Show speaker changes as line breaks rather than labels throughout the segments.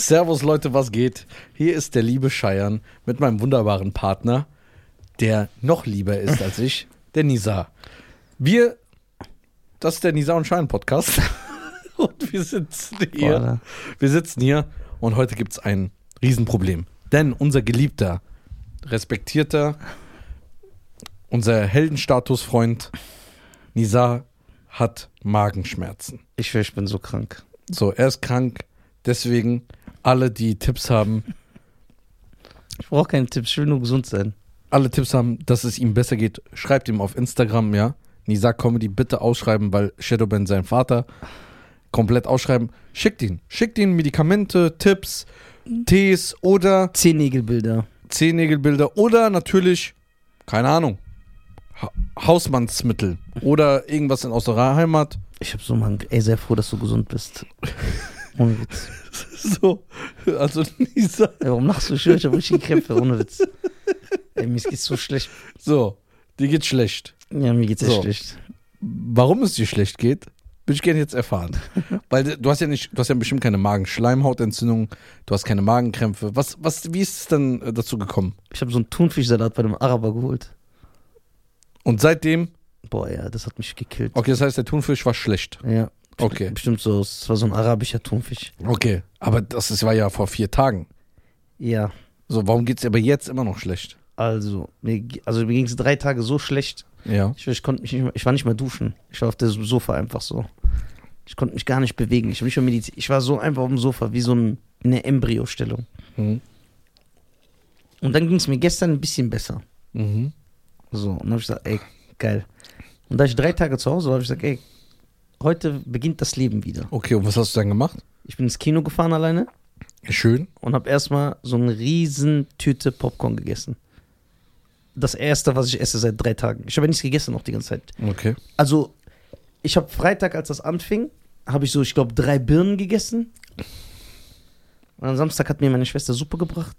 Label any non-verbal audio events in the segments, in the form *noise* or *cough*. Servus Leute, was geht? Hier ist der liebe Scheiern mit meinem wunderbaren Partner, der noch lieber ist als ich, der Nisa. Wir, das ist der Nisa und Scheiern Podcast. *laughs* Und wir sitzen hier.
Boah, ne?
Wir sitzen hier und heute gibt es ein Riesenproblem. Denn unser geliebter, respektierter, unser Heldenstatus-Freund Nisa hat Magenschmerzen.
Ich schwör, ich bin so krank.
So, er ist krank. Deswegen alle, die Tipps haben,
Ich brauche keine Tipps, ich will nur gesund sein.
alle Tipps haben, dass es ihm besser geht, schreibt ihm auf Instagram, ja. Nisa Comedy bitte ausschreiben, weil Shadowban sein Vater komplett ausschreiben. Schickt ihn. Schickt ihn Medikamente, Tipps, Tees oder
Zehennägelbilder.
Zehennägelbilder oder natürlich, keine Ahnung, ha Hausmannsmittel oder irgendwas in unserer Heimat.
Ich hab so mal, ey, sei froh, dass du gesund bist. Ohne Witz.
So, also Nisa
Ey, warum lachst du? Ich schwör, ich hab richtig Krämpfe, ohne Witz. Ey, mir geht's so schlecht.
So, dir geht's schlecht.
Ja, mir geht's echt
So.
schlecht.
Warum es dir schlecht geht, würde ich gerne jetzt *laughs* erfahren. Weil du hast ja nicht, du hast ja bestimmt keine Magenschleimhautentzündung, du hast keine Magenkrämpfe. Was, was, wie ist es denn äh, dazu gekommen?
Ich hab so einen Thunfischsalat bei einem Araber geholt.
Und seitdem,
Boah, ja, das hat mich gekillt.
okay, das heißt, der Thunfisch war schlecht.
Ja.
Okay.
Bestimmt so, es war so ein arabischer Thunfisch.
Okay, aber das ist, war ja vor vier Tagen.
Ja.
So, warum geht's dir aber jetzt immer noch schlecht?
Also, mir, g- also mir ging es drei Tage so schlecht.
Ja.
Ich, ich konnte mich nicht, mal- ich war nicht mal duschen. Ich war auf dem Sofa einfach so. Ich konnte mich gar nicht bewegen. Ich, hab nicht mal Mediz ich war so einfach auf dem Sofa, wie so ein, in der Embryostellung.
Mhm.
Und dann ging es mir gestern ein bisschen besser.
Mhm.
So, und dann habe ich gesagt, ey, geil. Und da ich drei Tage zu Hause war, habe ich gesagt, ey, heute beginnt das Leben wieder.
Okay, und was hast du dann gemacht?
Ich bin ins Kino gefahren alleine
Schön.
und habe erstmal so eine riesen Tüte Popcorn gegessen. Das erste, was ich esse seit drei Tagen. Ich habe ja nichts gegessen noch die ganze Zeit.
Okay.
also ich habe Freitag, als das anfing, habe ich so, ich glaube, drei Birnen gegessen. Und am Samstag hat mir meine Schwester Suppe gebracht.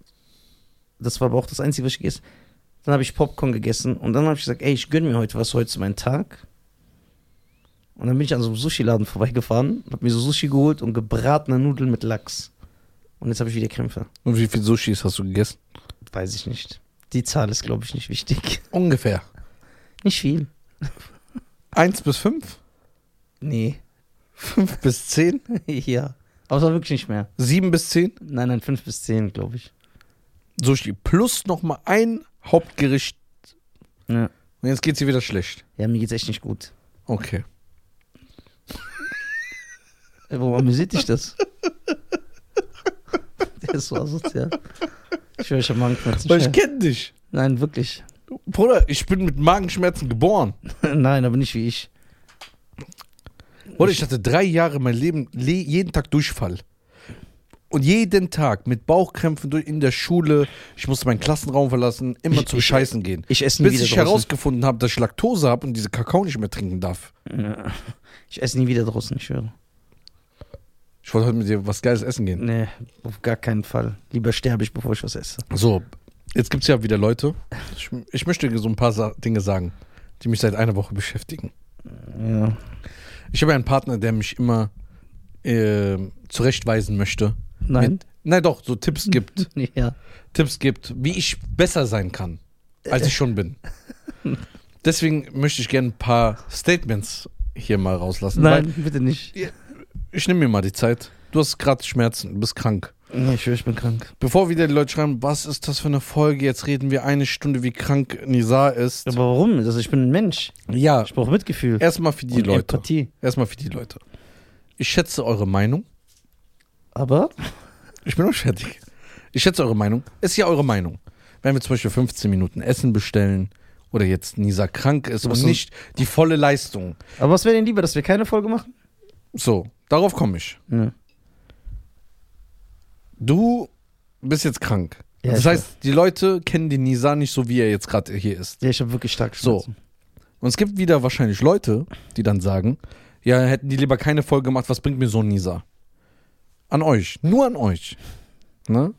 Das war aber auch das Einzige, was ich gegessen Dann habe ich Popcorn gegessen und dann habe ich gesagt, ey, ich gönn mir heute was, heute ist mein Tag. Und dann bin ich an so einem Sushi-Laden vorbeigefahren, habe mir so Sushi geholt und gebratene Nudeln mit Lachs. Und jetzt habe ich wieder Krämpfe.
Und wie viel Sushis hast du gegessen?
Weiß ich nicht. Die Zahl ist, glaube ich, nicht wichtig.
Ungefähr.
Nicht viel.
Eins bis fünf?
Nee. *laughs*
Fünf bis zehn?
ja. Aber es war wirklich nicht mehr.
Sieben bis zehn?
Nein, nein, 5 bis 10, glaube ich.
Sushi plus nochmal ein Hauptgericht.
Ja.
Und jetzt geht's dir wieder schlecht.
ja, mir geht's echt nicht gut.
Okay.
Ey, warum amüsiert dich *laughs* das? Der ist so asozial. Ich höre, ich habe Magenschmerzen.
Weil ich
Schnell.
kenne dich.
Nein, wirklich. *laughs*
Bruder, ich bin mit Magenschmerzen geboren.
nein, aber nicht wie ich.
Bruder, ich hatte drei Jahre mein Leben le jeden Tag Durchfall. Und jeden Tag mit Bauchkrämpfen durch in der Schule. Ich musste meinen Klassenraum verlassen, immer
Ich-
zum
ich-
Scheißen gehen.
Ich esse nie
Bis
wieder
ich
draußen.
herausgefunden habe, dass ich Laktose habe und diese Kakao nicht mehr trinken darf.
Ja. Ich esse nie wieder draußen, ich höre.
Ich wollte heute mit dir was Geiles essen gehen.
Nee, auf gar keinen Fall. Lieber sterbe ich, bevor ich was esse.
So, jetzt gibt es ja wieder Leute. Ich, ich möchte dir so ein paar Sa Dinge sagen, die mich seit einer Woche beschäftigen.
Ja.
Ich habe einen Partner, der mich immer äh, zurechtweisen möchte.
Nein.
Mit, nein, doch, so Tipps
*laughs*
gibt.
*laughs* Ja.
Tipps gibt, wie ich besser sein kann, als ich schon bin. Deswegen möchte ich gerne ein paar Statements hier mal rauslassen.
Nein, bitte nicht.
Weil ich nehme mir mal die Zeit. Du hast gerade Schmerzen, du bist krank.
Nee, ich höre, ich bin krank.
Bevor wieder die Leute schreiben, was ist das für eine Folge? Jetzt reden wir eine Stunde, wie krank Nizar ist.
Aber warum? Das, ich bin ein Mensch.
Ja,
Ich brauche Mitgefühl.
erstmal für die
und
Leute.
Empathie.
Erstmal für die Leute. Ich schätze eure Meinung.
Aber
Ich bin auch fertig. Ich schätze eure Meinung. Ist ja eure Meinung. Wenn wir zum Beispiel 15 Minuten Essen bestellen oder jetzt Nisa krank ist und
Was denn?
nicht die volle Leistung.
Aber was wäre denn lieber, dass wir keine Folge machen?
So, darauf komme ich.
Ja.
Du bist jetzt krank.
Ja,
das
ich
heißt, die Leute kennen den Nisa nicht so, wie er jetzt gerade hier ist.
Ja, ich habe wirklich stark
So.
Schmerzen.
Und es gibt wieder wahrscheinlich Leute, die dann sagen, ja, hätten die lieber keine Folge gemacht, was bringt mir so ein Nisa? An euch, nur an euch. Ne?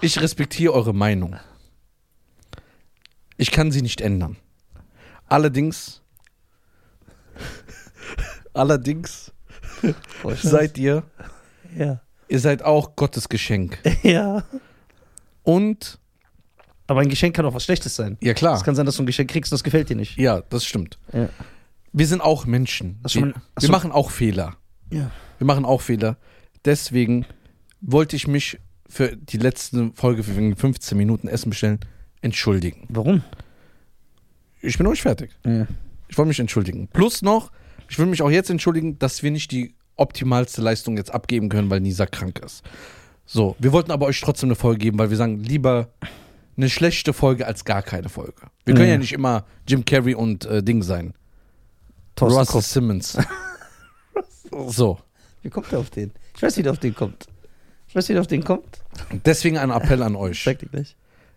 Ich respektiere eure Meinung. Ich kann sie nicht ändern. Allerdings, *laughs* allerdings
So.
seid ihr
Ja.
Ihr seid auch Gottes Geschenk.
*laughs* ja.
Und,
Aber ein Geschenk kann auch was Schlechtes sein.
ja
Es
klar,
kann sein, dass du ein Geschenk kriegst und das gefällt dir nicht.
ja, das stimmt.
Ja.
Wir sind auch Menschen.
Hast du
Wir,
mal- hast
wir
du-
machen auch Fehler.
Ja.
Wir machen auch Fehler. Deswegen wollte ich mich für die letzte Folge für wegen 15 Minuten Essen bestellen entschuldigen.
Warum?
Ich bin noch nicht fertig.
Ja.
Ich wollte mich entschuldigen. Plus noch, ich will mich auch jetzt entschuldigen, dass wir nicht die optimalste Leistung jetzt abgeben können, weil Nisa krank ist. So, wir wollten aber euch trotzdem eine Folge geben, weil wir sagen, lieber eine schlechte Folge als gar keine Folge. Wir können
Mhm.
ja nicht immer Jim Carrey und äh, Ding sein.
Thorsten
Russell *laughs*
Kopp.
Simmons. so.
Wie kommt der auf den? Ich weiß, wie der auf den kommt. Ich weiß, wie der auf den kommt.
Deswegen ein Appell an euch.
Ich sag dir gleich.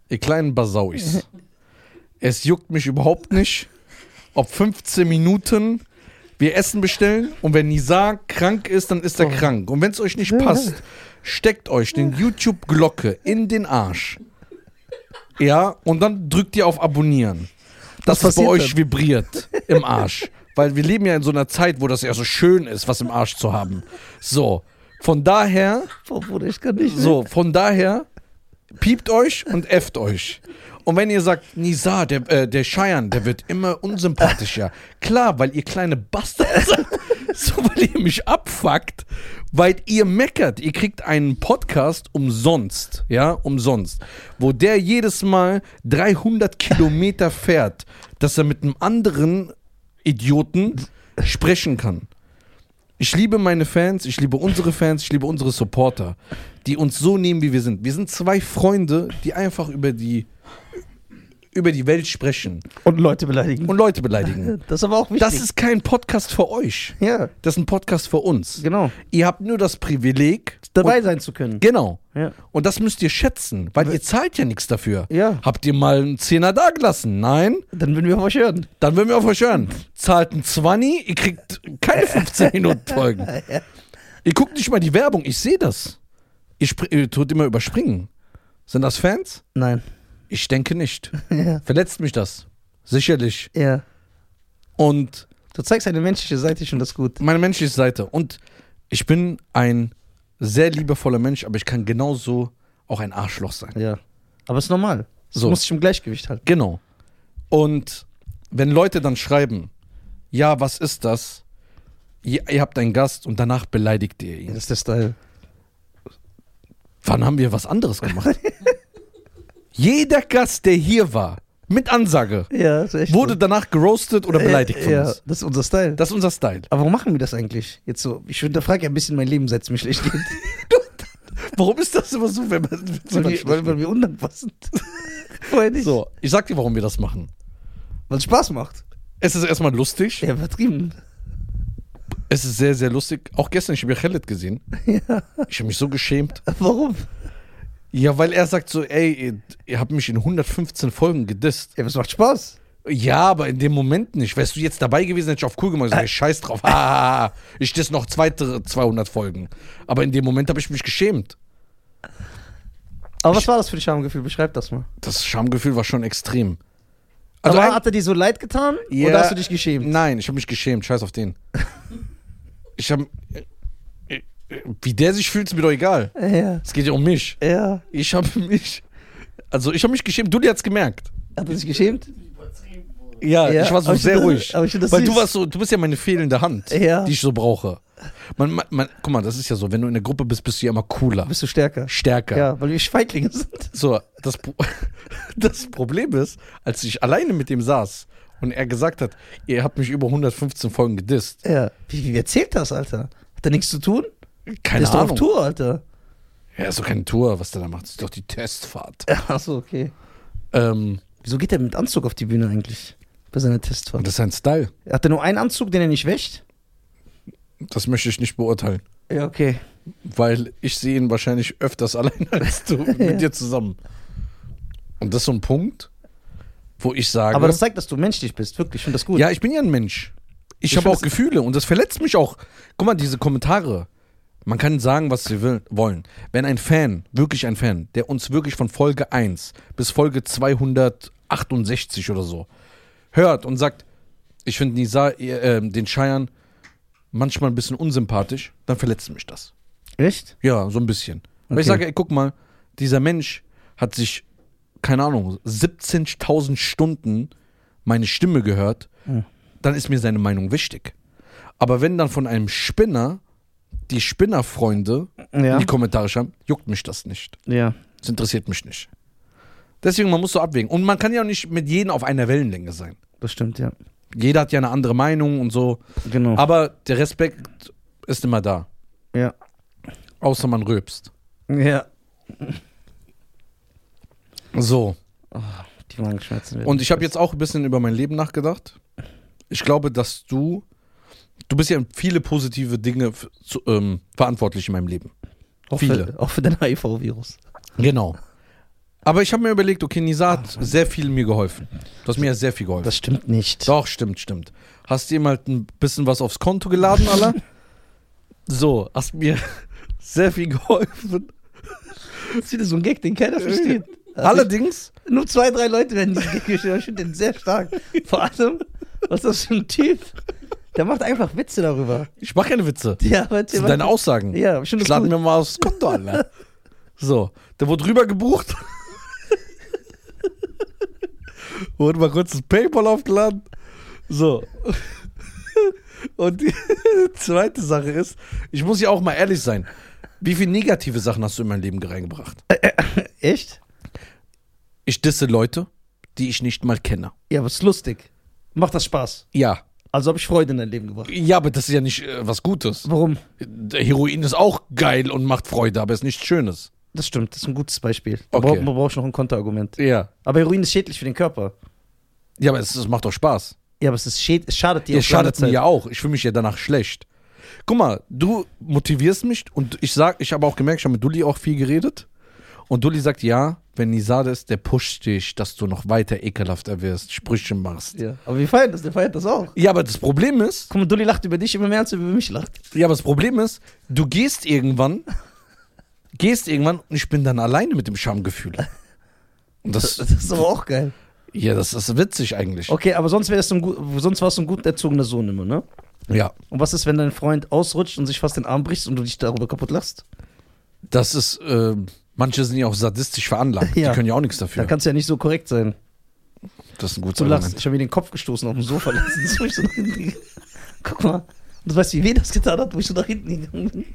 Ihr kleinen
*laughs*
Basauis. es juckt mich überhaupt nicht, ob 15 Minuten wir Essen bestellen und wenn Nizar krank ist, dann ist er
Oh.
krank. Und wenn es euch nicht passt, steckt euch den YouTube-Glocke in den Arsch. Ja, und dann drückt ihr auf Abonnieren. Dass
Was
es bei
passiert
euch vibriert im Arsch.
*laughs*
Weil wir leben ja in so einer Zeit, wo das ja so schön ist, was im Arsch zu haben. So, von daher
Boah, Bruder, ich kann nicht.
so, von daher piept euch und äfft euch. Und wenn ihr sagt, Nisa, der, äh, der Scheiern, der wird immer unsympathischer. Klar, weil ihr kleine Bastards *laughs* seid. So, weil ihr mich abfuckt, weil ihr meckert. Ihr kriegt einen Podcast umsonst, ja, umsonst, wo der jedes Mal 300 Kilometer fährt, dass er mit einem anderen Idioten sprechen kann. Ich liebe meine Fans, ich liebe unsere Fans, ich liebe unsere Supporter, die uns so nehmen, wie wir sind. Wir sind zwei Freunde, die einfach über die, über die Welt sprechen
Und Leute beleidigen.
und Leute
*laughs*
beleidigen.
das ist aber auch wichtig.
Das ist kein Podcast für euch.
ja,
Das ist ein Podcast für uns.
genau.
Ihr habt nur das Privileg.
Dabei
Und,
sein zu können.
genau.
Ja.
Und das müsst ihr schätzen, weil ihr zahlt ja nichts dafür.
Ja.
Habt ihr mal einen Zehner dagelassen? Nein?
Dann würden wir auf euch hören.
Dann würden wir auf euch hören. Zahlt einen 20, ihr kriegt keine 15 Minuten Folgen. Ihr guckt nicht mal die Werbung, ich sehe das. Ihr, spr- ihr tut immer überspringen. Sind das Fans?
Nein.
Ich denke nicht.
*laughs* Ja.
Verletzt mich das? Sicherlich.
ja.
Und
Du zeigst eine menschliche Seite schon, das ist gut.
meine menschliche Seite. Und ich bin ein sehr liebevoller Mensch, aber ich kann genauso auch ein Arschloch sein.
Ja. Aber ist normal. So.
So.
Du musst dich im Gleichgewicht halten.
Genau. Und wenn Leute dann schreiben, ja, was ist das? Ihr, ihr habt einen Gast und danach beleidigt ihr ihn.
Das ist der Style.
Wann haben wir was anderes *laughs* gemacht? Jeder Gast, der hier war, mit Ansage,
Ja, das ist echt
wurde danach geroastet oder beleidigt von
ja,
uns.
das ist unser Style.
Das ist unser Style.
aber warum machen wir das eigentlich? Jetzt so, ich hinterfrage ja ein bisschen mein Leben, seit es mir schlecht geht. *laughs*
Warum ist das immer so, wenn man.
weil, wir, weil, weil wir undankbar sind. *laughs* Vorher nicht.
so, ich sag dir, warum wir das machen.
Weil es Spaß macht.
Es ist erstmal lustig.
Ja, übertrieben.
Es ist sehr, sehr lustig. Auch gestern, ich habe ja Khaled gesehen. Ich habe mich so geschämt.
Warum?
Ja, weil er sagt so, ey, ihr, ihr habt mich in 115 Folgen gedisst.
Ja, aber es macht Spaß.
Ja, aber in dem Moment nicht. Wärst du jetzt dabei gewesen, hätte ich auf cool gemacht.
Äh.
Ich sag, scheiß drauf. Ah, ich diss noch zweite 200 Folgen. Aber in dem Moment habe ich mich geschämt.
Aber was war das für ein Schamgefühl? Beschreib das mal.
Das Schamgefühl war schon extrem.
Also
ein-
aber hat er dir so leid getan?
Ja.
Oder hast du dich geschämt?
Nein, ich habe mich geschämt. Scheiß auf den. Ich habe. Wie der sich fühlt, ist mir doch egal.
Ja.
Es geht ja um mich.
Ja.
Ich habe mich. Also, ich habe mich geschämt. Du, die hat's gemerkt.
Hat er sich geschämt?
Ja,
Ja,
ich war so
aber ich
sehr
find das-
ruhig.
aber ich find das
weil du
süß.
warst so, du bist ja meine fehlende Hand,
Ja.
die ich so brauche. Man, man, man, guck mal, das ist ja so, wenn du in der Gruppe bist, bist du ja immer cooler,
Bist du stärker?
stärker.
Ja, weil wir Schweiglinge sind.
So, das, Pro- *laughs* das Problem ist, als ich alleine mit ihm saß und er gesagt hat, ihr habt mich über 115 Folgen gedisst.
*laughs* Ja. Wie, wie erzählt das, Alter? Hat er nichts zu tun? der
Keine
ist doch
Ahnung.
auf Tour, Alter.
Ja, ist doch keine Tour, was der da macht. Das ist doch die Testfahrt.
Achso, okay.
Ähm,
Wieso geht er mit Anzug auf die Bühne eigentlich? Bei seiner Testfahrt.
und das ist sein Style.
Hat er nur einen Anzug, den er nicht wäscht?
Das möchte ich nicht beurteilen,
Ja, okay.
weil ich sehe ihn wahrscheinlich öfters *laughs* allein als du mit
Ja.
dir zusammen. Und das ist so ein Punkt, wo ich sage,
Aber das zeigt, dass du menschlich bist, wirklich. Ich finde das gut.
ja, ich bin ja ein Mensch. Ich,
Ich
habe
find
auch
das-
Gefühle und das verletzt mich auch. Guck mal, diese Kommentare. Man kann sagen, was sie will, wollen. Wenn ein Fan, wirklich ein Fan, der uns wirklich von Folge 1 bis Folge 268 oder so hört und sagt, ich finde Nisa, äh, den Scheiern manchmal ein bisschen unsympathisch, dann verletzt mich das.
Echt?
Ja, so ein bisschen. Weil ich
Okay.
sage, ey, guck mal, dieser Mensch hat sich, keine Ahnung, 17.000 Stunden meine Stimme gehört,
Ja.
dann ist mir seine Meinung wichtig. Aber wenn dann von einem Spinner die Spinnerfreunde in
Ja.
die Kommentare schreiben, juckt mich das nicht.
Ja.
Das interessiert mich nicht. Deswegen, man muss so abwägen. Und man kann ja auch nicht mit jedem auf einer Wellenlänge sein.
Das stimmt, ja.
Jeder hat ja eine andere Meinung und so.
Genau.
Aber der Respekt ist immer da.
ja.
Außer man rülpst.
Ja.
So.
Die Magenschmerzen werden.
Und ich habe jetzt auch ein bisschen über mein Leben nachgedacht. Ich glaube, dass du, du bist ja für viele positive Dinge f- zu, ähm, verantwortlich in meinem Leben.
auch
viele.
Für, auch für den HIV-Virus.
Genau. Aber ich habe mir überlegt, okay, Nisa hat sehr viel mir geholfen. Du hast mir ja sehr viel geholfen.
Ah. Das stimmt nicht.
Doch, stimmt, stimmt. Hast dir mal ein bisschen was aufs Konto geladen,
*laughs*
Alter? so, hast mir *laughs* sehr viel geholfen.
Das ist wieder so ein Gag, den keiner
*laughs*
versteht. Also
Allerdings,
ich, nur zwei, drei Leute werden diesen Gag verstehen. aber Ich finde den sehr stark. Vor allem, was ist das für ein Typ? Der macht einfach Witze darüber.
ich mache keine Witze.
Ja, aber
Das sind deine Aussagen.
Ja, aber ich finde
Ich
das
lade
gut.
mir mal aufs Konto, ne? Alter. *laughs* So, der wurde rüber gebucht. *laughs* wurde mal kurz das PayPal aufgeladen. So. *laughs* Und die *laughs* zweite Sache ist, ich muss ja auch mal ehrlich sein. Wie viele negative Sachen hast du in mein Leben reingebracht?
Echt?
Ich disse Leute, die ich nicht mal kenne.
Ja, aber es ist lustig. Macht das Spaß.
Ja.
Also habe ich Freude in dein Leben gebracht.
Ja, aber das ist ja nicht äh, was Gutes.
Warum?
Heroin ist auch geil und macht Freude, aber ist nichts Schönes.
Das stimmt, das ist ein gutes Beispiel. Da
Okay.
brauch- da brauche ich noch ein Konterargument.
Ja.
Aber Heroin ist schädlich für den Körper.
Ja, aber es, es macht doch Spaß.
Ja, aber es, ist schäd es schadet dir
Ihr
auf lange
schadet mir
Zeit.
ja auch. Ich fühle mich ja danach schlecht. Guck mal, du motivierst mich und ich sag, ich habe auch gemerkt, ich habe mit Dulli auch viel geredet. Und Dulli sagt, ja, wenn Nisade ist, der pusht dich, dass du noch weiter ekelhafter wirst, Sprüche machst.
ja. Aber wir feiern das, der feiert das auch.
Ja, aber das Problem ist,
Guck mal, Dulli lacht über dich immer mehr, als er über mich lacht.
ja, aber das Problem ist, du gehst irgendwann, *laughs* gehst irgendwann und ich bin dann alleine mit dem Schamgefühl. Und das,
Das ist aber auch geil.
ja, das ist witzig eigentlich.
Okay, aber sonst, wärst du ein gut, sonst warst du ein gut erzogener Sohn immer, ne?
Ja,
Und was ist, wenn dein Freund ausrutscht und sich fast den Arm bricht und du dich darüber kaputt lachst?
das ist, äh, manche sind ja auch sadistisch veranlagt.
Ja.
Die können ja auch nichts
Da
dafür.
kannst du ja nicht so korrekt sein.
Das ist ein gutes
Du lachst.
Argument.
Ich habe mir den Kopf gestoßen auf dem Sofa *laughs* letztens. wo ich so nach hinten gegangen- Guck mal. Und du weißt, wie weh das getan hat, wo ich so nach hinten gegangen bin.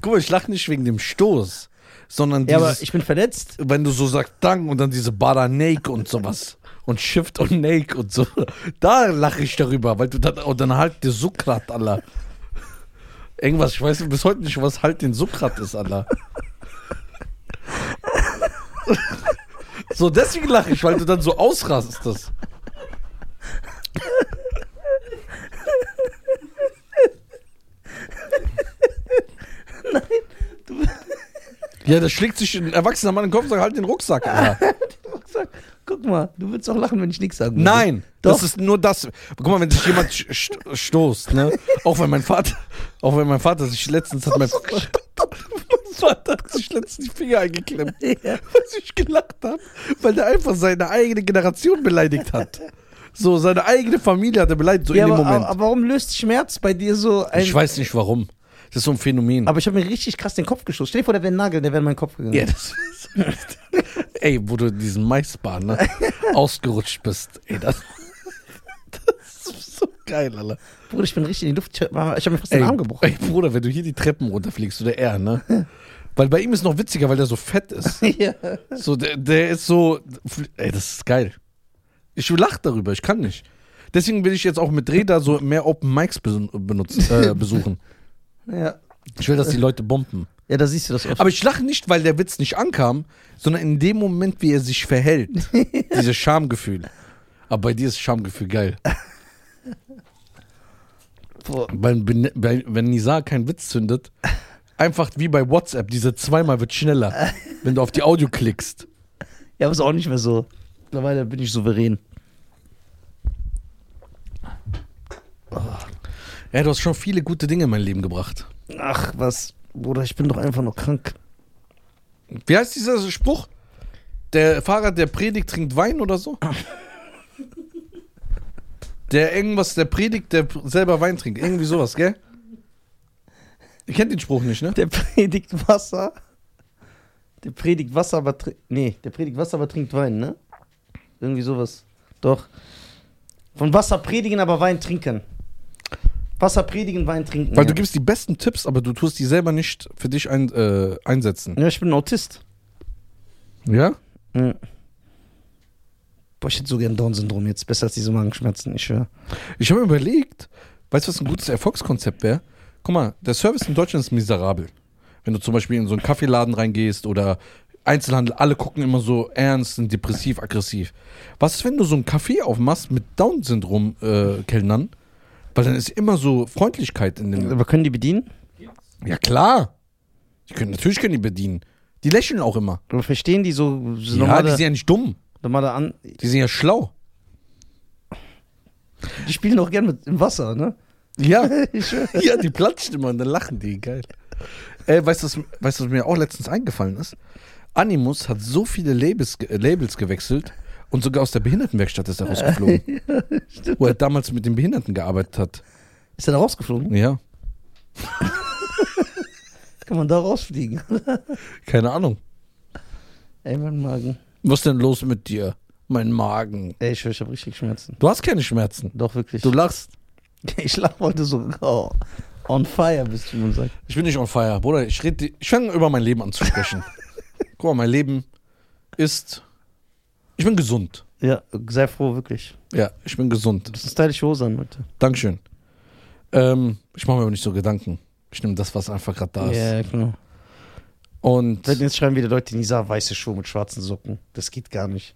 Guck mal, ich lache nicht wegen dem Stoß, sondern
Ja,
dieses,
aber ich bin verletzt.
wenn du so sagst, Dank und dann diese Badanake und sowas. Und Shift und Nake und so. Da lache ich darüber, weil du dann, und dann halt der Sokrat, Allah. Irgendwas, ich weiß bis heute nicht, was halt den Sokrat ist, Allah. So, deswegen lache ich, weil du dann so ausrastest. Ja, das schlägt sich ein erwachsener Mann in den Kopf und sagt, halt den Rucksack, Allah.
*laughs* Sag, Guck mal, du würdest auch lachen, wenn ich nichts sagen würde.
Nein,
Doch.
das ist nur das. Guck mal, wenn sich jemand sch- sch- stoßt, ne? Auch wenn mein Vater, auch wenn mein Vater sich letztens hat mein, *laughs* mein Vater hat sich letztens die Finger eingeklemmt,
*laughs* Ja.
weil ich gelacht habe, weil der einfach seine eigene Generation beleidigt hat. So seine eigene Familie hat er beleidigt so
ja,
in
aber,
dem Moment.
aber warum löst Schmerz bei dir so ein.
ich weiß nicht warum. Das ist so ein Phänomen.
aber ich habe mir richtig krass den Kopf gestoßen. Stell dir vor, der wäre ein Nagel, der wäre in meinen Kopf gegangen.
ja, das ist, ey, wo du in diesen Maisbahn *laughs* ne, ausgerutscht bist. Ey, das, das ist so geil, Alter.
Bruder, ich bin richtig in die Luft. Ich habe mir fast den Arm gebrochen.
Ey, Bruder, wenn du hier die Treppen runterfliegst, oder er, ne? Weil bei ihm ist noch witziger, weil der so fett *laughs* ist.
*laughs* Ja.
So, der, der ist so. Ey, das ist geil. Ich lach darüber, ich kann nicht. Deswegen will ich jetzt auch mit Reda so mehr Open Mics besu- benutzen, *laughs* äh, besuchen.
ja.
Ich will, dass die Leute bomben.
Ja, da siehst du das oft.
Aber ich lache nicht, weil der Witz nicht ankam, sondern in dem Moment, wie er sich *laughs* verhält. Dieses Schamgefühl. Aber bei dir ist Schamgefühl geil.
Boah.
Weil, ben- bei- wenn Nizar keinen Witz zündet, einfach wie bei WhatsApp, diese zweimal wird schneller, wenn du auf die Audio klickst.
Ja, aber ist auch nicht mehr so. Mittlerweile bin ich souverän.
Ja, du hast schon viele gute Dinge in mein Leben gebracht.
Ach, was? Bruder, ich bin doch einfach nur krank.
Wie heißt dieser Spruch? Der Fahrer, der predigt, trinkt Wein oder so? Der irgendwas, der predigt, der selber Wein trinkt. Irgendwie sowas, gell? Ihr kennt den Spruch nicht, ne?
Der predigt Wasser. Der predigt Wasser, aber trinkt. Nee, der predigt Wasser, aber trinkt Wein, ne? Irgendwie sowas. Doch. Von Wasser predigen, aber Wein trinken. Wasser predigen, Wein trinken.
Weil
ja.
du gibst die besten Tipps, aber du tust die selber nicht für dich ein, äh, einsetzen.
ja, ich bin ein Autist.
Ja?
Ja. Boah, ich hätte so gern Down-Syndrom jetzt. Besser als diese Magenschmerzen, ich schwöre.
Ich habe mir überlegt, weißt du, was ein gutes Erfolgskonzept wäre? Guck mal, der Service in Deutschland ist miserabel. Wenn du zum Beispiel in so einen Kaffeeladen reingehst oder Einzelhandel, alle gucken immer so ernst und depressiv, aggressiv. Was ist, wenn du so einen Kaffee aufmachst mit Down-Syndrom-Kellnern? Weil dann ist immer so Freundlichkeit in dem.
Aber können die bedienen?
Ja, klar. Die können, natürlich können die bedienen. Die lächeln auch immer.
Aber verstehen die so, so
Ja, die
normale,
sind ja nicht dumm.
normale an.
Die sind ja schlau.
Die spielen auch gern mit im Wasser, ne?
Ja.
*laughs* Ich schwöre.
ja, die platschen immer und dann lachen die. Geil. Äh, weißt du, was, weißt, du, was mir auch letztens eingefallen ist? Animus hat so viele Labels, äh, Labels gewechselt und sogar aus der Behindertenwerkstatt
*laughs*
ist er rausgeflogen. wo er damals mit den Behinderten gearbeitet hat.
Ist er da rausgeflogen?
Ja,
Kann man da rausfliegen? *laughs*
keine Ahnung.
Ey, mein Magen.
Was ist denn los mit dir? Mein Magen.
Ey, ich schwöre, ich habe richtig Schmerzen.
Du hast keine Schmerzen.
Doch, wirklich.
Du lachst.
*laughs* ich lach heute so oh, on fire, bist du nun sagt.
Ich bin nicht on fire, Bruder. Ich, red, die- ich fange über mein Leben an zu
*laughs*
sprechen. Guck mal, mein Leben ist. Ich bin gesund.
Ja, sei froh, wirklich.
Ja, ich bin gesund.
Du bist eine stylische Hose an heute.
Dankeschön. Ähm, ich mache mir aber nicht so Gedanken. Ich nehme das, was einfach gerade da ist.
Ja, genau.
Und
Werden
wer
jetzt schreiben wieder Leute, Nisa, weiße Schuhe mit schwarzen Socken. Das geht gar nicht.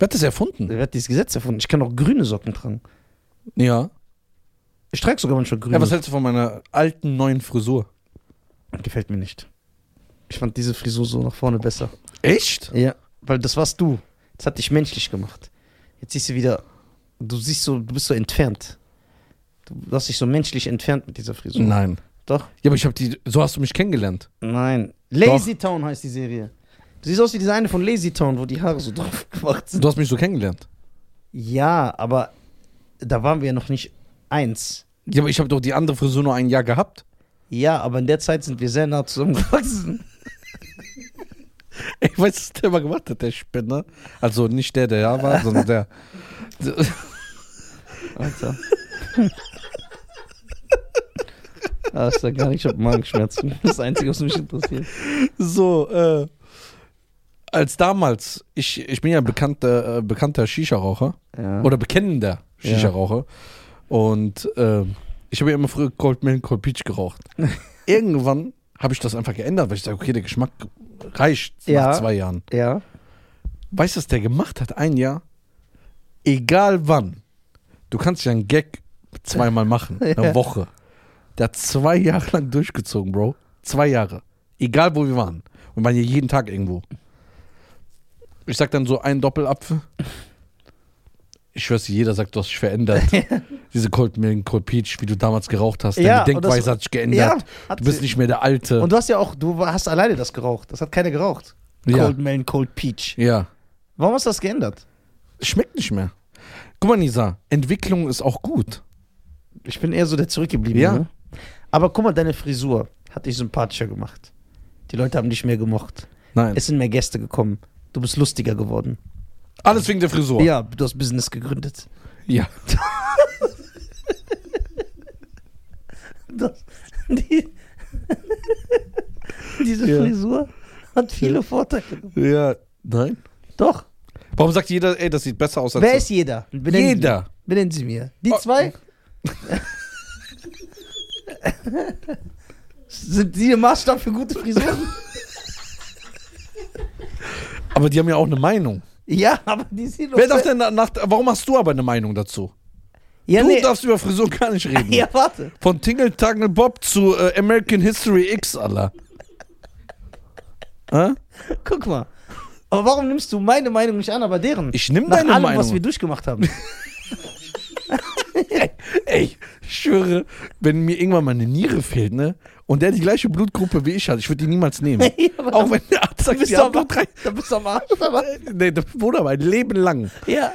hat das erfunden?
Wer hat dieses Gesetz erfunden? Ich kann auch grüne Socken tragen.
Ja.
Ich trage sogar manchmal grüne.
ja. Was hältst du von meiner alten, neuen Frisur?
Socken. Gefällt mir nicht. Ich fand diese Frisur so nach vorne besser.
Echt?
Ja, weil das warst du. Das hat dich menschlich gemacht. Jetzt siehst du wieder, du siehst so, du bist so entfernt. Du hast dich so menschlich entfernt mit dieser Frisur.
Nein.
Doch.
Ja, aber ich habe die. So hast du mich kennengelernt.
Nein. Lazy Town heißt die Serie. Du siehst aus wie diese eine von Lazy Town, wo die Haare so drauf *laughs* gemacht sind.
Du hast mich so kennengelernt.
Ja, aber da waren wir ja noch nicht eins.
Ja, aber ich habe doch die andere Frisur nur ein Jahr gehabt. *laughs*
Ja, aber in der Zeit sind wir sehr nah zusammengewachsen.
Ey, weißt du, was der mal gemacht hat, der Spinner? Also nicht der, der da war, sondern der.
Alter. *laughs* Ah, ist ja gar nicht, ich hab Magenschmerzen. Das ist das Einzige, was mich interessiert.
So, äh. Als damals, ich, ich bin ja bekannter, äh, bekannter Shisha-Raucher.
Ja.
oder bekennender
Ja.
Shisha-Raucher. Und ähm, ich habe ja immer früher Cold Milk, Cold Peach
*laughs*
geraucht. Irgendwann habe ich das einfach geändert, weil ich sage, okay, der Geschmack reicht
Ja.
nach zwei Jahren.
ja.
Weißt du, was der gemacht hat? Ein Jahr? Egal wann. Du kannst ja einen Gag zweimal machen,
*laughs*
eine
Ja.
Woche. Der hat zwei Jahre lang durchgezogen, Bro. Zwei Jahre. Egal, wo wir waren. Wir waren ja jeden Tag irgendwo. Ich sag dann so einen Doppelapfel. Ich schwör's dir, jeder sagt, du hast dich
*laughs*
verändert. Diese Cold Milk, Cold Peach, wie du damals geraucht hast. Deine
Ja, und das-
Denkweise hat sich geändert.
Ja, hat
du bist
sie-
nicht mehr der Alte.
Und du hast ja auch, du hast alleine das geraucht. Das hat keiner geraucht.
Ja.
Cold Melon, Cold Peach.
ja.
Warum hast du das geändert?
Schmeckt nicht mehr. Guck mal, Nisa, Entwicklung ist auch gut.
Ich bin eher so der zurückgebliebene.
Ja.
Ne? Aber guck mal, deine Frisur hat dich sympathischer gemacht. Die Leute haben dich mehr gemocht.
Nein.
Es sind mehr Gäste gekommen. Du bist lustiger geworden.
Alles wegen der Frisur.
Ja, du hast Business gegründet. *laughs*
Ja.
Das, die, *laughs* diese
Ja.
Frisur hat viele Vorteile.
Ja. Nein.
Doch.
Warum sagt jeder, ey, das sieht besser aus als
Wer
das?
ist jeder? Benennen Sie-
Jeder.
Benennen Sie mir. Die
Oh. *laughs*
zwei? Sind Sie der Maßstab für gute Frisuren?
*laughs* Aber die haben ja auch eine Meinung.
ja, aber die sind
Wer darf denn na- nach, warum hast du aber eine Meinung dazu?
ja,
du
nee.
darfst über Frisur gar nicht reden.
*laughs* ja, warte.
Von Tingle Tangle Bob zu äh, American History X, Alter. Hä?
Guck mal. Aber warum nimmst du meine Meinung nicht an, aber deren?
Ich nehme
Nach
deine
allem,
Meinung.
was wir
*laughs*
durchgemacht haben.
Ey, ich schwöre, wenn mir irgendwann mal eine Niere fehlt, ne? Und der die gleiche Blutgruppe wie ich hat, ich würde die niemals nehmen.
*laughs* Ja, aber
Auch
dann-
wenn der Arzt sagt,
bist
die
du
haben
aber-
nur drei.
da bist du am Arsch, *laughs*
*laughs*
aber.
Nee, das wurde mein Leben lang.
Ja.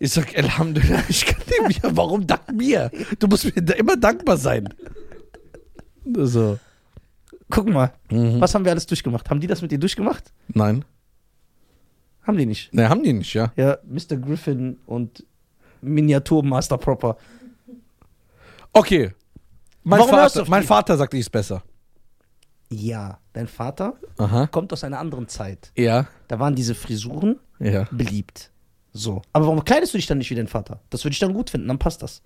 Ich sag, Alhamdulillah, ich kann dem ja, warum dank mir? Du musst mir da immer dankbar sein. So.
Guck mal,
Mhm.
was haben wir alles durchgemacht? Haben die das mit dir durchgemacht?
Nein.
Haben die nicht.
Ne, haben die nicht, ja.
Ja, Mr. Griffin und Miniaturmaster Proper.
Okay. Mein,
Warum hörst du
Vater,
auf
mein
die?
Vater sagt, ich ist besser.
Ja, dein Vater
Aha.
kommt aus einer anderen Zeit.
Ja.
Da waren diese Frisuren
Ja.
beliebt. So. Aber warum kleidest du dich dann nicht wie dein Vater? Das würde ich dann gut finden, dann passt das.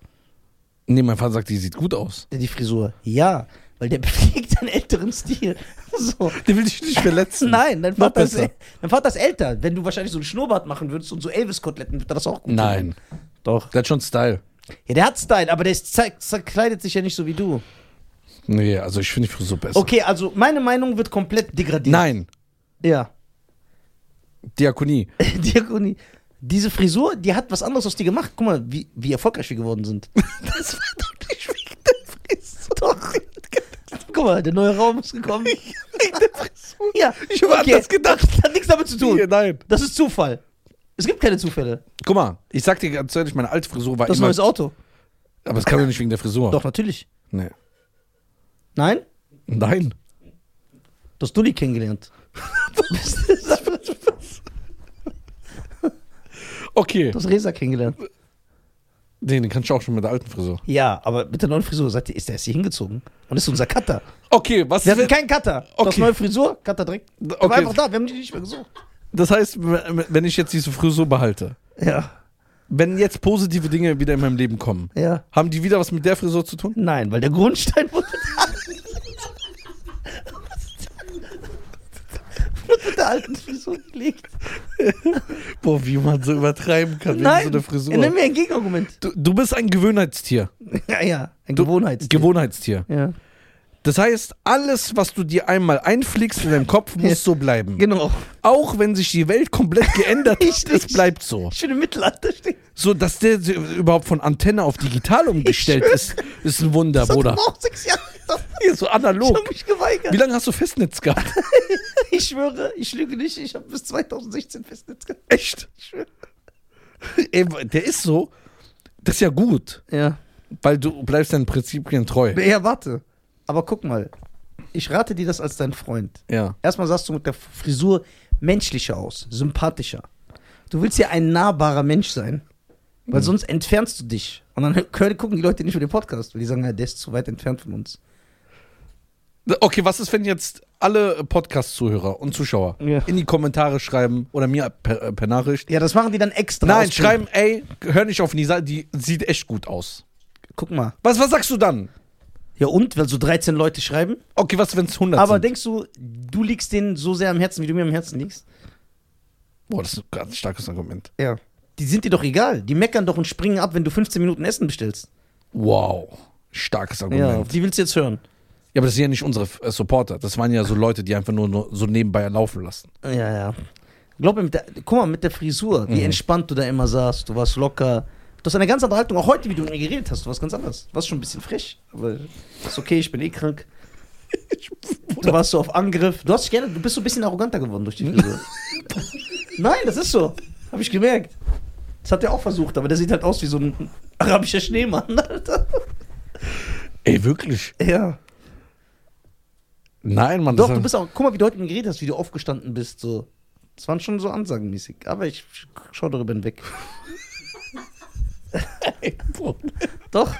Nee, mein Vater sagt, die sieht gut aus.
Die Frisur. Ja, weil der *laughs* pflegt einen älteren Stil. *laughs* So.
Die will dich nicht *laughs* verletzen.
Nein, dein
Noch
Vater, ist,
besser.
*laughs* dein Vater ist älter. Wenn du wahrscheinlich so einen Schnurrbart machen würdest und so Elvis-Koteletten, würde das auch gut
Nein.
finden. Doch.
Der hat schon Style.
Ja, der hat Style, aber der ist, zer- zerkleidet sich ja nicht so wie du.
Nee, also ich finde die Frisur besser.
Okay, also meine Meinung wird komplett degradiert.
Nein.
Ja. *laughs*
Diakonie.
Diakonie. Diese Frisur, die hat was anderes aus dir gemacht. Guck mal, wie, wie erfolgreich wir
*laughs*
geworden sind.
*laughs* Das war doch nicht wegen der Frisur.
Doch. Guck mal, der neue Raum ist gekommen.
*laughs*
ja.
Ich habe anders gedacht.
Hat nichts damit zu tun.
Nee, nein.
Das ist Zufall. Es gibt keine Zufälle.
Guck mal, ich sag dir ganz ehrlich, meine alte Frisur war
Das
immer.
neue Auto.
Aber es kam ja nicht wegen der Frisur.
Doch, natürlich.
Nee.
Nein?
Nein.
Du hast Dulli kennengelernt. du
Okay.
hast Resa kennengelernt.
Nee, den kannst du auch schon mit der alten Frisur.
Ja, aber mit der neuen Frisur seid ihr, ist der erst hier hingezogen. Und ist unser Cutter.
Okay, was
Wir hatten
ist
keinen Cutter. Du hast
Okay.
neue Frisur, Cutter direkt. Der
Okay.
war einfach da, wir haben die nicht mehr gesucht.
Das heißt, wenn ich jetzt diese Frisur behalte,
Ja,
wenn jetzt positive Dinge wieder in meinem Leben kommen,
ja.
haben die wieder was mit der Frisur zu tun?
Nein, weil der Grundstein wurde da. wurde der alten Frisur gelegt.
Boah, wie man so übertreiben kann
Nein,
wegen so einer Frisur.
nimm mir ein Gegenargument.
Du, du bist ein Gewohnheitstier.
Ja, ja, ein Gewohnheits.
Gewohnheitstier.
ja.
Das heißt, alles, was du dir einmal einfliegst in deinem *laughs* Kopf, muss so bleiben.
Genau.
Auch wenn sich die Welt komplett *laughs* geändert hat,
Richtig.
es bleibt so.
Ich bin im Mittelalter stehen.
So, dass der so überhaupt von Antenne auf digital umgestellt ist, ist ein Wunder,
Das hat
Bruder.
auch sechs Jahre gedauert.
Hier, so
Ich
analog.
habe mich geweigert.
Wie lange hast du Festnetz gehabt?
*laughs* Ich schwöre, ich lüge nicht. Ich habe bis 2016 Festnetz gehabt.
Echt?
Ich schwöre.
Ey, der ist so. Das ist ja gut,
Ja.
weil du bleibst deinen Prinzipien treu.
Ja, warte. Aber guck mal. Ich rate dir das als dein Freund.
Ja.
Erstmal sahst du mit der Frisur menschlicher aus, sympathischer. Du willst ja ein nahbarer Mensch sein. Weil sonst entfernst du dich. Und dann *laughs* können, gucken die Leute nicht für den Podcast, weil die sagen, ja, der ist zu weit entfernt von uns.
Okay, was ist, wenn jetzt alle Podcast-Zuhörer und Zuschauer
Ja.
in die Kommentare schreiben oder mir per, äh, per Nachricht?
Ja, das machen die dann extra.
Nein,
aus-
schreiben, ey, hör nicht auf Nisa, die sieht echt gut aus.
Guck mal.
Was, was sagst du dann?
Ja, und? Weil so 13 Leute schreiben.
Okay, was, wenn es 100
Aber
sind?
denkst du, du liegst denen so sehr am Herzen, wie du mir am Herzen liegst?
Boah, das ist ein ganz starkes Argument.
Ja. Die sind dir doch egal. Die meckern doch und springen ab, wenn du 15 Minuten Essen bestellst.
Wow, starkes Argument.
Ja.
Ja,
auf Die willst du jetzt hören.
aber das sind ja nicht unsere äh, Supporter. Das waren ja so Leute, die einfach nur, nur so nebenbei laufen lassen.
Ja, ja. Glaub mir, mit der, guck mal, mit der Frisur, wie entspannt du da immer saßt. Du warst locker. Du hast eine ganz andere Haltung. Auch heute, wie du mit mir geredet hast, du warst ganz anders. Du warst schon ein bisschen frech. Aber ist okay, ich bin eh krank. Du warst so auf Angriff. Du hast dich gerne, du bist so ein bisschen arroganter geworden durch die Frisur. Nein, das ist so. Hab ich gemerkt. Das hat er auch versucht, aber der sieht halt aus wie so ein arabischer Schneemann, Alter.
Ey, wirklich?
Ja.
Nein, Mann.
Doch,
das
du bist auch, guck mal, wie du heute mit mir geredet hast, wie du aufgestanden bist, so. Das waren schon so ansagenmäßig, aber ich schau darüber hinweg. Doch,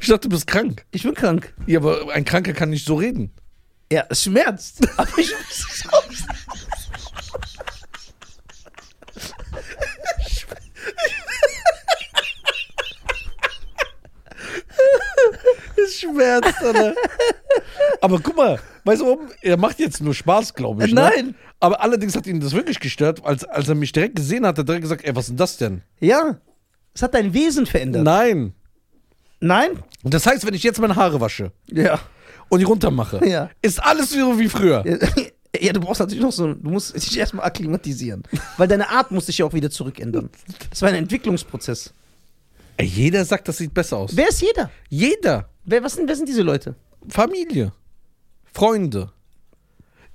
Ich dachte, du bist krank.
ich bin krank.
Ja, aber ein Kranker kann nicht so reden.
Ja, es schmerzt, *laughs* aber ich muss es aus.
Es schmerzt, Alter. *laughs* aber guck mal, weißt du warum? Er macht jetzt nur Spaß, glaube ich. Ne?
Nein.
Aber allerdings hat ihn das wirklich gestört. Als, als er mich direkt gesehen hat, hat er direkt gesagt, ey, was ist denn das denn?
Ja, es hat dein Wesen verändert.
Nein.
Nein?
Und das heißt, wenn ich jetzt meine Haare wasche
Ja.
und die runtermache,
Ja.
ist alles so wie früher.
Ja, du brauchst natürlich noch so, du musst dich erstmal akklimatisieren. Weil deine Art muss sich ja auch wieder zurückändern. Das war ein Entwicklungsprozess.
Ey, jeder sagt, das sieht besser aus.
Wer ist jeder?
Jeder.
Wer, was sind, wer sind diese Leute?
Familie. Freunde.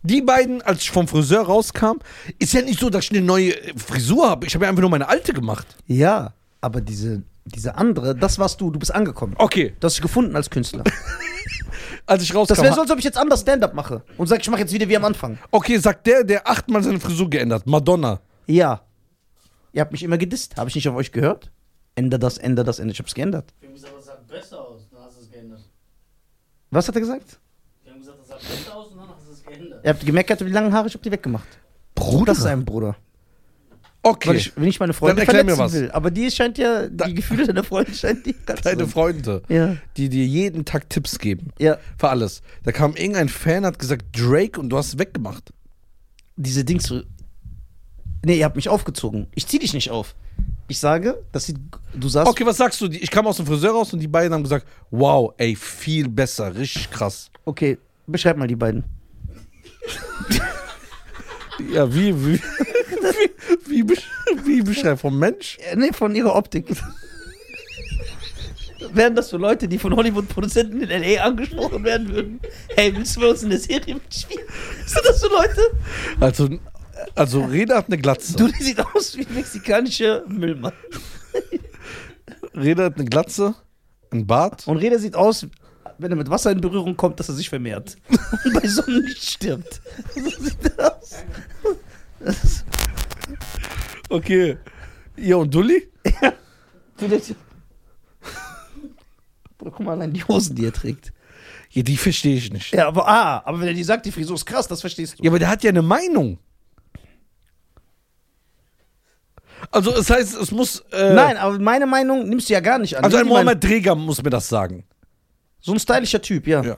Die beiden, als ich vom Friseur rauskam, ist ja nicht so, dass ich eine neue äh, Frisur habe. Ich habe ja einfach nur meine alte gemacht.
Ja, aber diese, diese andere, das warst du, du bist angekommen.
Okay,
Du hast dich gefunden als Künstler.
als ich rauskam.
Das wäre so,
ha-
als ob ich jetzt anders Stand-up mache und sage, ich mache jetzt wieder wie am Anfang.
okay, sagt der, der achtmal seine Frisur geändert. Madonna.
Ja. Ihr habt mich immer gedisst. Habe ich nicht auf euch gehört? Änder das, änder das, änder. Ich hab's geändert.
Wir haben gesagt, das sah besser aus, dann hast du es geändert.
Was hat er gesagt?
Wir haben gesagt, das sah besser aus und dann hast du es geändert.
Ihr habt gemeckert über die langen Haare, ich hab die weggemacht.
Bruder.
Das ist ein Bruder.
okay.
Weil ich, wenn ich meine Freunde
Dann erklär mir
verletzen
was.
will. Aber die scheint ja, die
Da-
Gefühle deiner Freunde scheint die ganz
Deine
zu
Freunde,
Ja.
die dir jeden Tag Tipps geben.
sein. Ja,
Für alles. Da kam irgendein Fan, hat gesagt, Drake und du hast es weggemacht.
diese Dings. Nee, ihr habt mich aufgezogen. Ich zieh dich nicht auf. Ich sage, das sieht. Du sagst.
Okay, was sagst du? Die- Ich kam aus dem Friseur raus und die beiden haben gesagt, wow, ey, viel besser, richtig krass.
okay, beschreib mal die beiden.
Ja, wie, wie, *laughs* wie, wie, besch- wie beschreibt vom Mensch?
Äh, Nee, von ihrer *laughs* Optik. Wären das so Leute, die von Hollywood-Produzenten in L.A. angesprochen werden würden? Hey, willst du bei uns in der Serie mitspielen? Sind das so Leute?
Also, also Reda hat eine Glatze.
Du, die sieht aus wie ein mexikanischer Müllmann.
Reda hat eine Glatze, ein Bart.
Und Reda sieht aus, wenn er mit Wasser in Berührung kommt, dass er sich *laughs* vermehrt. Und bei Sonnen nicht stirbt. So sieht er aus. Das ist,
Okay. Ja, und Dulli?
wie der Typ. Boah, guck mal allein die Hosen, die er trägt.
Ja, die verstehe ich nicht.
Ja, aber, ah, aber wenn er dir sagt, die Frisur ist krass, das verstehst du.
Ja, aber der hat ja eine Meinung. Also, es heißt, es muss. Äh,
Nein, aber meine Meinung nimmst du ja gar nicht an.
Also,
Nimm
ein
die Meinung-
Mohamed Dreger muss mir das sagen.
So ein stylischer Typ, ja.
Ja.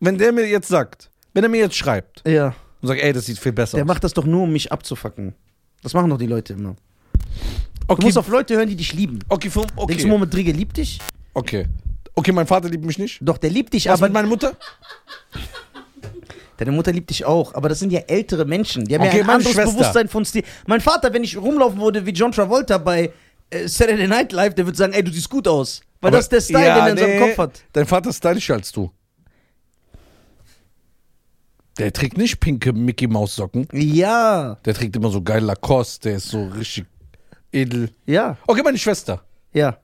Wenn der mir jetzt sagt, wenn er mir jetzt schreibt
Ja.
und sagt, ey, das sieht viel besser
Der
aus.
macht das doch nur, um mich abzufacken. Das machen doch die Leute immer. Du
okay,
musst auf Leute hören, die dich lieben.
okay, vom,
Denkst du,
okay.
Moment, Drigge liebt dich?
okay. Okay, mein Vater liebt mich nicht.
Doch, der liebt dich,
Was
aber
mit meiner Mutter?
deine Mutter liebt dich auch. Aber das sind ja ältere Menschen. Die haben
Okay,
ja ein
meine
anderes
Schwester.
Bewusstsein von Stil. Mein Vater, wenn ich rumlaufen würde wie John Travolta bei äh, Saturday Night Live, der würde sagen, ey, du siehst gut aus. Weil das ist der Style,
Ja,
den er in seinem
nee,
Kopf hat.
Dein Vater ist stylischer als du. Der trägt nicht pinke Mickey-Maus-Socken.
Ja,
Der trägt immer so geil Lacoste, der ist so richtig edel.
ja,
Okay, meine Schwester.
ja,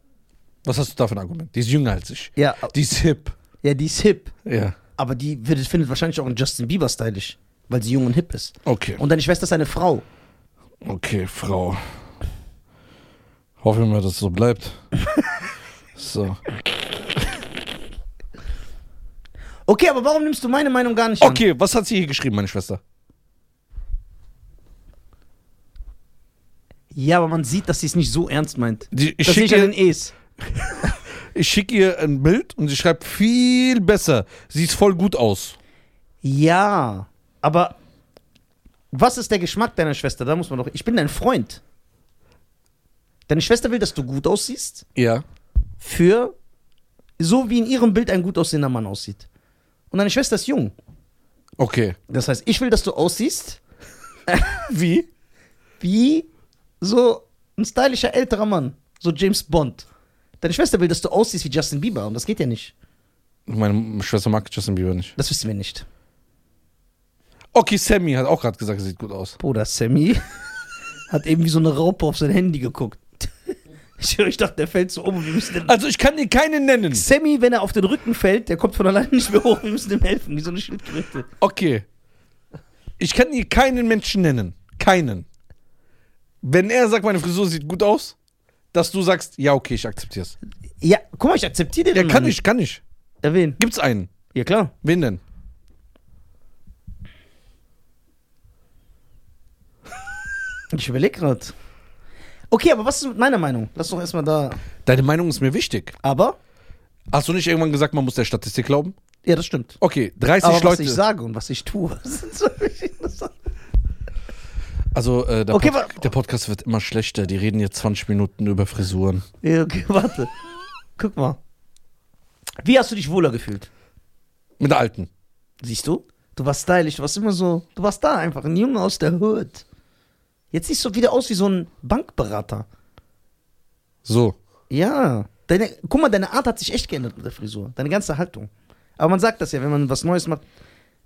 Was hast du da für ein Argument? Die ist jünger als ich.
ja.
Die ist hip.
Ja, die ist hip.
Ja.
Aber die wird, findet wahrscheinlich auch einen Justin Bieber stylisch, weil sie jung und hip ist.
Okay.
Und deine Schwester ist eine Frau.
Okay, Frau. Hoffen wir, dass es so
*laughs*
bleibt. so.
Okay, aber warum nimmst du meine Meinung gar nicht
Okay, was hat sie hier geschrieben, meine Schwester?
an? Ja, aber man sieht, dass sie es nicht so ernst meint.
Die, ich
Das sehe ich
schicke
an
ihr,
den E's.
ich schick ihr ein Bild und sie schreibt viel besser. Sieht voll gut aus.
Ja, aber was ist der Geschmack deiner Schwester? Da muss man doch. Ich bin dein Freund. Deine Schwester will, dass du gut aussiehst
Ja.
für so wie in ihrem Bild ein gut aussehender Mann aussieht. Und deine Schwester ist jung.
Okay.
Das heißt, ich will, dass du aussiehst *laughs*
Wie?
wie so ein stylischer älterer Mann, so James Bond. Deine Schwester will, dass du aussiehst wie Justin Bieber und das geht ja nicht.
Meine Schwester mag Justin Bieber nicht.
Das wissen wir nicht.
Okay, Sammy hat auch gerade gesagt, sieht gut aus.
Bruder Sammy *laughs* hat eben wie so eine Raupe auf sein Handy geguckt. *laughs* Ich, ich dachte, der fällt so um. Wir müssen den
Also ich kann dir keine nennen.
Äh, Sammy, wenn er auf den Rücken fällt, der kommt von alleine nicht mehr hoch. Wir müssen ihm helfen, wie so eine Schildkröte.
Okay. Ich kann dir keinen Menschen nennen. Keinen. Wenn er sagt, meine Frisur sieht gut aus, dass du sagst, ja, okay, ich akzeptiere es.
Ja, guck mal, ich akzeptiere den.
Ja,
Mann
kann
nicht.
ich, kann ich.
Ja, wen?
Gibt's einen?
Ja, klar.
Wen denn?
Ich überlege gerade. Okay, aber was ist mit meiner Meinung? Lass doch erstmal da.
Deine Meinung ist mir wichtig.
Aber?
Hast du nicht irgendwann gesagt, man muss der Statistik glauben?
Ja, das stimmt.
Okay, 30
Aber was
Leute.
ich sage und was ich tue, *laughs* sind so verschiedene Sachen.
also äh, der,
Okay, wa-
Pod der Podcast wird immer schlechter. Die reden jetzt 20 Minuten über Frisuren.
Ja, okay, warte. Guck mal. Wie hast du dich wohler gefühlt?
Mit der Alten.
Siehst du? Du warst stylisch, du warst immer so, du warst da einfach, ein Junge aus der Hood. Jetzt siehst du wieder aus wie so ein Bankberater.
So.
Ja. Deine, guck mal, deine Art hat sich echt geändert mit der Frisur. Deine ganze Haltung. Aber man sagt das ja, wenn man was Neues macht,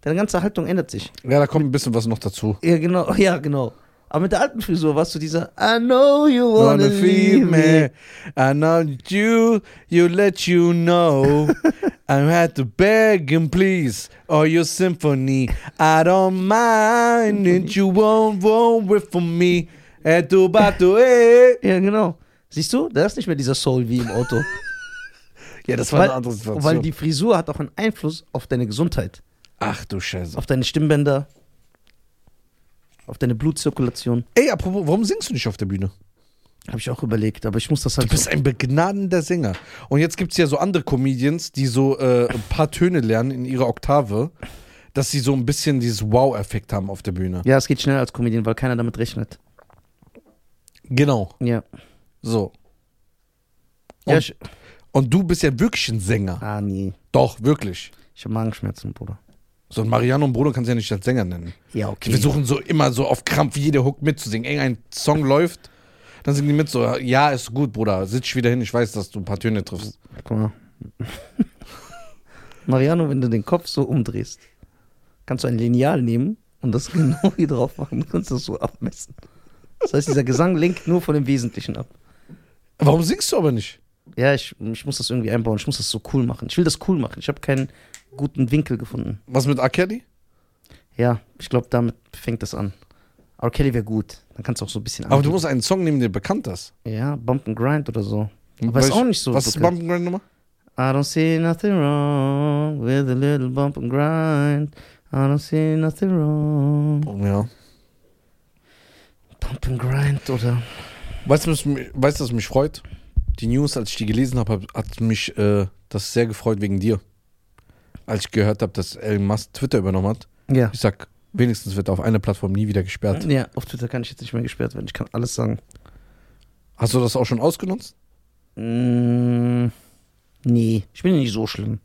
deine ganze Haltung ändert sich.
Ja, da kommt ein bisschen was noch dazu.
Ja, genau, *laughs* ja, genau. Aber mit der alten Frisur warst du dieser I know you
Wanna
wanna leave
feel
me.
*laughs* me. I know you, you let you know. I had to beg and please, or your symphony. I don't mind, and you won't worry for me. Eh, du, ba, du, eh.
Ja, genau. Siehst du, da ist nicht mehr dieser Soul wie im Auto.
*laughs* Ja, das war
weil,
eine andere Situation.
Weil die Frisur hat auch einen Einfluss auf deine Gesundheit,
Ach du Scheiße.
auf deine Stimmbänder, auf deine Blutzirkulation.
Ey, apropos, warum singst du nicht auf der Bühne?
Habe ich auch überlegt, aber ich muss das halt.
Du bist ein begnadender Sänger. Und jetzt gibt es ja so andere Comedians, die so äh, ein paar Töne lernen in ihrer Oktave, dass sie so ein bisschen dieses Wow-Effekt haben auf der Bühne.
ja, es geht schneller als Comedian, weil keiner damit rechnet.
Genau,
Ja.
so.
ja ich,
Und du bist ja wirklich ein Sänger.
ah, nee.
Doch, wirklich.
Ich habe Magenschmerzen, Bruder.
So ein Mariano und Bruno kannst du ja nicht als Sänger nennen.
Ja,
Die versuchen so immer so auf Krampf jede Hook mitzusingen. Eng ein Song läuft, dann singen die mit so, ja, ist gut, Bruder, sitz dich wieder hin, ich weiß, dass du ein paar Töne triffst.
Guck mal. *laughs* Mariano, wenn du den Kopf so umdrehst, kannst du ein Lineal nehmen und das *laughs* genau hier drauf machen. Du kannst das so abmessen. Das heißt, dieser Gesang lenkt nur von dem Wesentlichen ab.
Warum singst du aber nicht?
Ja, ich, ich muss das irgendwie einbauen. Ich muss das so cool machen. Ich will das cool machen. Ich habe keinen guten Winkel gefunden.
Was mit R. Kelly?
Ja, ich glaube, damit fängt das an. R. Kelly wäre gut. Dann kannst du auch so ein bisschen
Aber du
angeben.
musst einen Song nehmen, der bekannt ist.
Ja, Bump and Grind oder so. Aber ist
Welch-
auch nicht so.
Was ist
bekannt.
Bump and Grind nochmal?
I don't see nothing wrong with a little bump and grind. I don't see nothing wrong.
Ja.
Bump and grind, oder?
Weißt du, was mich, weißt, du, was mich freut? Die News, als ich die gelesen habe, hab- hat mich äh, das sehr gefreut wegen dir. Als ich gehört habe, dass Elon Musk Twitter übernommen hat.
Ja.
Ich sag, wenigstens wird er auf einer Plattform nie wieder gesperrt.
Ja, auf Twitter kann ich jetzt nicht mehr gesperrt werden. Ich kann alles sagen.
Hast du das auch schon ausgenutzt?
Mm, nee, ich bin ja nicht so schlimm.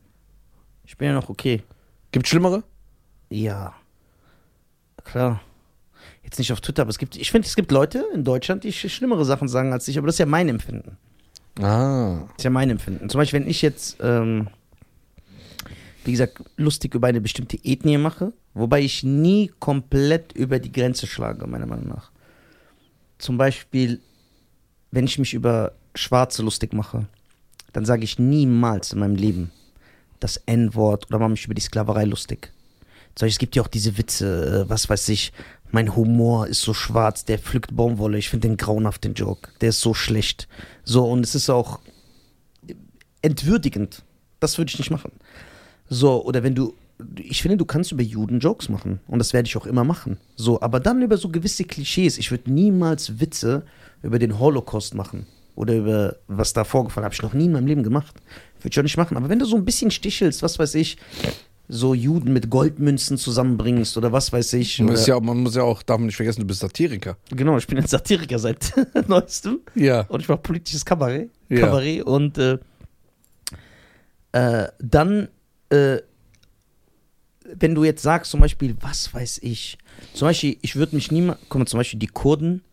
Ich bin ja noch okay.
Gibt schlimmere?
Ja. Klar. Jetzt nicht auf Twitter, aber es gibt, ich finde, es gibt Leute in Deutschland, die sch schlimmere Sachen sagen als ich, aber das ist ja mein Empfinden.
Ah.
Das ist ja mein Empfinden. Zum Beispiel, wenn ich jetzt, ähm, wie gesagt, lustig über eine bestimmte Ethnie mache, wobei ich nie komplett über die Grenze schlage, meiner Meinung nach. Zum Beispiel, wenn ich mich über Schwarze lustig mache, dann sage ich niemals in meinem Leben das N-Wort oder mache mich über die Sklaverei lustig. Zum Beispiel, es gibt ja auch diese Witze, äh, was weiß ich, mein Humor ist so schwarz, der pflückt Baumwolle, ich finde den grauenhaft, den Joke, der ist so schlecht. So, und es ist auch entwürdigend. Das würde ich nicht machen. So, oder wenn du, ich finde, du kannst über Juden Jokes machen. Und das werde ich auch immer machen. So, aber dann über so gewisse Klischees. Ich würde niemals Witze über den Holocaust machen. Oder über was da vorgefallen habe ich noch nie in meinem Leben gemacht. Würde ich auch nicht machen. Aber wenn du so ein bisschen stichelst, was weiß ich, so Juden mit Goldmünzen zusammenbringst oder was weiß ich.
Man,
Oder,
ist ja, man muss ja auch, darf man nicht vergessen, du bist Satiriker.
Genau, ich bin ein Satiriker seit *laughs* neuestem
Ja.
und ich mache politisches Kabarett.
Ja.
Kabarett und äh, äh, dann, äh, wenn du jetzt sagst, zum Beispiel, was weiß ich, zum Beispiel, ich würde mich niemals, guck mal, zum Beispiel die Kurden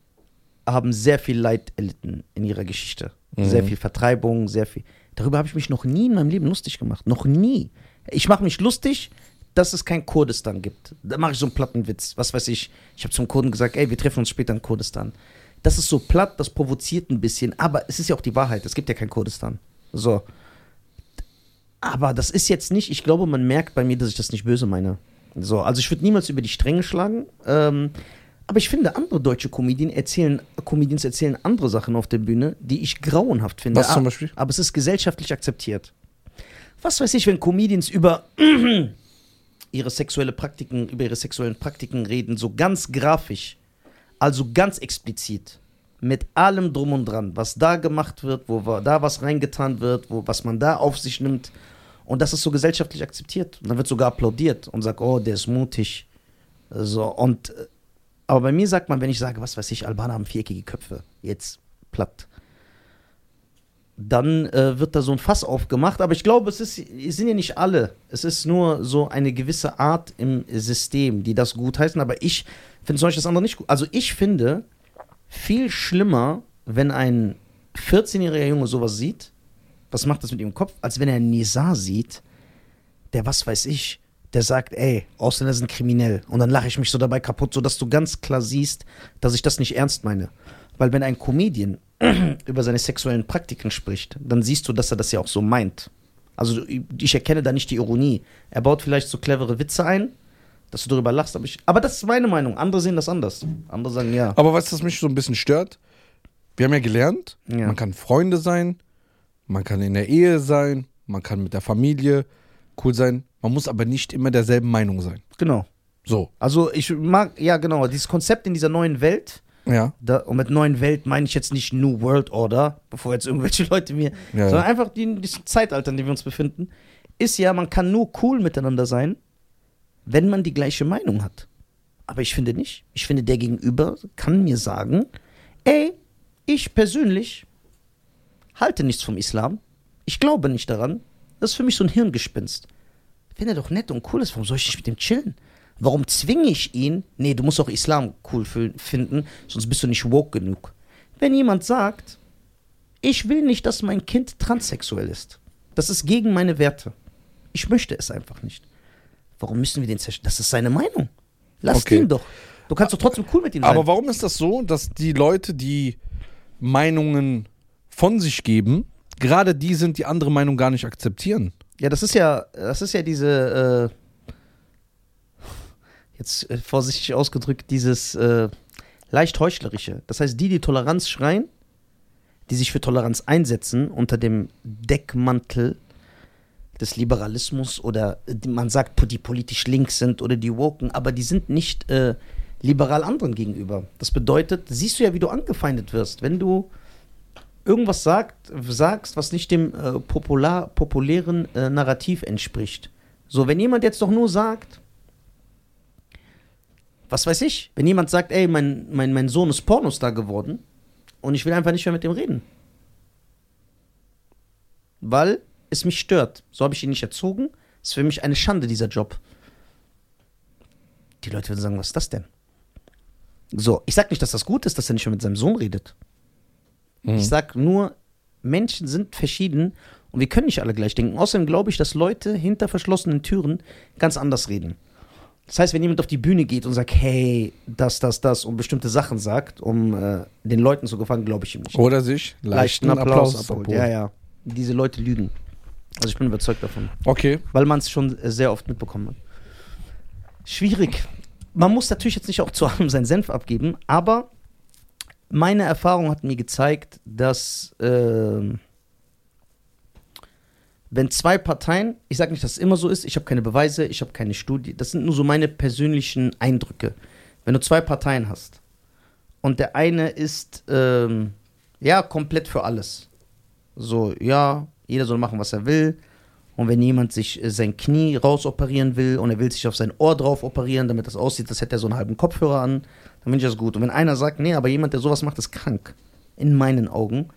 haben sehr viel Leid erlitten in ihrer Geschichte. Sehr viel Vertreibung, sehr viel. Darüber habe ich mich noch nie in meinem Leben lustig gemacht. Noch nie. Ich mache mich lustig, dass es kein Kurdistan gibt. Da mache ich so einen platten Witz. Was weiß ich. Ich habe zum Kurden gesagt, ey, wir treffen uns später in Kurdistan. Das ist so platt, das provoziert ein bisschen. Aber es ist ja auch die Wahrheit. Es gibt ja kein Kurdistan. So. Aber das ist jetzt nicht, ich glaube, man merkt bei mir, dass ich das nicht böse meine. So, also ich würde niemals über die Stränge schlagen. Ähm, aber ich finde, andere deutsche Comedien erzählen, Comedians erzählen andere Sachen auf der Bühne, die ich grauenhaft finde.
Was zum
Ah,
Beispiel?
Aber es ist gesellschaftlich akzeptiert. Was weiß ich, wenn Comedians über *clears throat* ihre sexuelle Praktiken, über ihre sexuellen Praktiken reden, so ganz grafisch, also ganz explizit, mit allem drum und dran, was da gemacht wird, wo wa- da was reingetan wird, wo was man da auf sich nimmt. Und das ist so gesellschaftlich akzeptiert. Und dann wird sogar applaudiert und sagt, oh, der ist mutig. So, und äh, aber bei mir sagt man, wenn ich sage, was weiß ich, Albaner haben viereckige Köpfe, jetzt platt. Dann äh, wird da so ein Fass aufgemacht, aber ich glaube, es, ist, es sind ja nicht alle. Es ist nur so eine gewisse Art im System, die das gut heißen. Aber ich finde zum Beispiel das andere nicht gut. Also ich finde viel schlimmer, wenn ein 14-jähriger Junge sowas sieht, was macht das mit ihm im Kopf, als wenn er einen Nizar sieht, der was weiß ich, der sagt, ey, Ausländer sind kriminell. Und dann lache ich mich so dabei kaputt, sodass du ganz klar siehst, dass ich das nicht ernst meine. Weil wenn *clears throat* ein Comedian über seine sexuellen Praktiken spricht, dann siehst du, dass er das ja auch so meint. Also ich erkenne da nicht die Ironie. Er baut vielleicht so clevere Witze ein, dass du darüber lachst. Aber, ich, aber das ist meine Meinung. Andere sehen das anders. Andere sagen ja.
Aber weißt du, was mich so ein bisschen stört? Wir haben ja gelernt,
Ja.
man kann Freunde sein, man kann in der Ehe sein, man kann mit der Familie cool sein. Man muss aber nicht immer derselben Meinung sein.
Genau.
So,
Also ich mag, ja genau, dieses Konzept in dieser neuen Welt.
ja.
Da, und mit neuen Welt meine ich jetzt nicht New World Order, bevor jetzt irgendwelche *laughs* Leute mir,
Ja.
sondern einfach die, dieses Zeitalter, in dem wir uns befinden, ist ja, man kann nur cool miteinander sein, wenn man die gleiche Meinung hat. Aber ich finde nicht. Ich finde, der Gegenüber kann mir sagen, ey, ich persönlich halte nichts vom Islam. Ich glaube nicht daran. Das ist für mich so ein Hirngespinst. Wenn er doch nett und cool ist, warum soll ich nicht mit dem chillen? Warum zwinge ich ihn? Nee, du musst auch Islam cool fü- finden, sonst bist du nicht woke genug. Wenn jemand sagt, ich will nicht, dass mein Kind transsexuell ist. Das ist gegen meine Werte. Ich möchte es einfach nicht. Warum müssen wir den zerstören? Das ist seine Meinung. Lass
Okay.
ihn doch. Du kannst doch trotzdem cool mit ihm sein.
Aber warum ist das so, dass die Leute, die Meinungen von sich geben, gerade die sind, die andere Meinung gar nicht akzeptieren?
Ja, das ist ja, das ist ja diese, äh, jetzt äh, vorsichtig ausgedrückt, dieses äh, leicht heuchlerische. Das heißt, die, die Toleranz schreien, die sich für Toleranz einsetzen unter dem Deckmantel des Liberalismus oder äh, die- man sagt, po- die politisch links sind oder die woken, aber die sind nicht äh, liberal anderen gegenüber. Das bedeutet, siehst du ja, wie du angefeindet wirst, wenn du irgendwas sagt, sagst, was nicht dem äh, popular, populären äh, Narrativ entspricht. So, wenn jemand jetzt doch nur sagt, was weiß ich, wenn jemand sagt, ey, mein, mein, mein Sohn ist Pornostar geworden und ich will einfach nicht mehr mit dem reden. Weil es mich stört. So habe ich ihn nicht erzogen. Ist für mich eine Schande, dieser Job. Die Leute würden sagen, was ist das denn? So, ich sag nicht, dass das gut ist, dass er nicht mehr mit seinem Sohn redet. Ich sag nur, Menschen sind verschieden und wir können nicht alle gleich denken. Außerdem glaube ich, dass Leute hinter verschlossenen Türen ganz anders reden. Das heißt, wenn jemand auf die Bühne geht und sagt, hey, das, das, das und bestimmte Sachen sagt, um äh, den Leuten zu gefallen, glaube ich ihm nicht.
Oder sich leichten, Applaus, abholen.
Ja, ja. Diese Leute lügen. Also ich bin überzeugt davon,
Okay.
weil man es schon äh, sehr oft mitbekommen hat. Schwierig. Man muss natürlich jetzt nicht auch zu allem seinen Senf abgeben, aber meine Erfahrung hat mir gezeigt, dass ähm, wenn zwei Parteien, ich sage nicht, dass es immer so ist, ich habe keine Beweise, ich habe keine Studie, das sind nur so meine persönlichen Eindrücke. Wenn du zwei Parteien hast und der eine ist ähm, ja komplett für alles, so ja, jeder soll machen, was er will. Und wenn jemand sich äh, sein Knie rausoperieren will und er will sich auf sein Ohr drauf operieren, damit das aussieht, als hätte er so einen halben Kopfhörer an, dann finde ich das gut. Und wenn einer sagt, nee, aber jemand, der sowas macht, ist krank, in meinen Augen,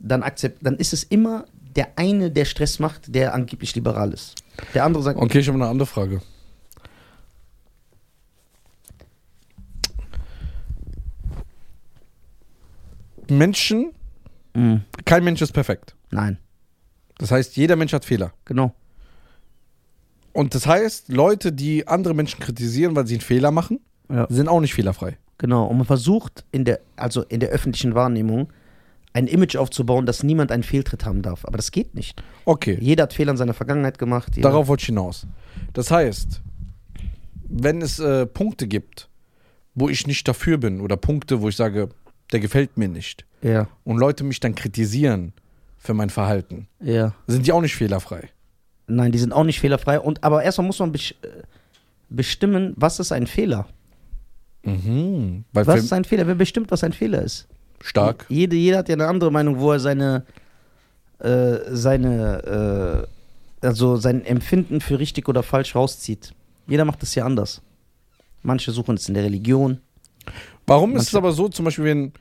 dann, akzept, dann ist es immer der eine, der Stress macht, der angeblich liberal ist. Der andere sagt,
Okay, ich habe eine andere Frage. Menschen,
"Mm,
kein Mensch ist perfekt.
nein,
Das heißt, jeder Mensch hat Fehler.
genau.
Und das heißt, Leute, die andere Menschen kritisieren, weil sie einen Fehler machen,
Ja.
sind auch nicht fehlerfrei.
Genau, und man versucht in der, also in der öffentlichen Wahrnehmung ein Image aufzubauen, dass niemand einen Fehltritt haben darf. Aber das geht nicht.
Okay,
Jeder hat Fehler in seiner Vergangenheit gemacht. Jeder,
darauf wollte ich hinaus. Das heißt, wenn es äh, Punkte gibt, wo ich nicht dafür bin oder Punkte, wo ich sage, der gefällt mir nicht
Ja,
und Leute mich dann kritisieren für mein Verhalten,
ja.
sind die auch nicht fehlerfrei.
Nein, die sind auch nicht fehlerfrei. Und, aber erstmal muss man besch äh, bestimmen, was ist ein Fehler?
Mhm. Weil
Was
Film
ist ein Fehler? Wer bestimmt, was ein Fehler ist?
stark.
Jede, jeder hat ja eine andere Meinung, wo er seine, äh, seine, äh, also sein Empfinden für richtig oder falsch rauszieht. Jeder macht das ja anders. Manche suchen es in der Religion.
Warum ist es
Manchmal-
aber so, zum Beispiel, wenn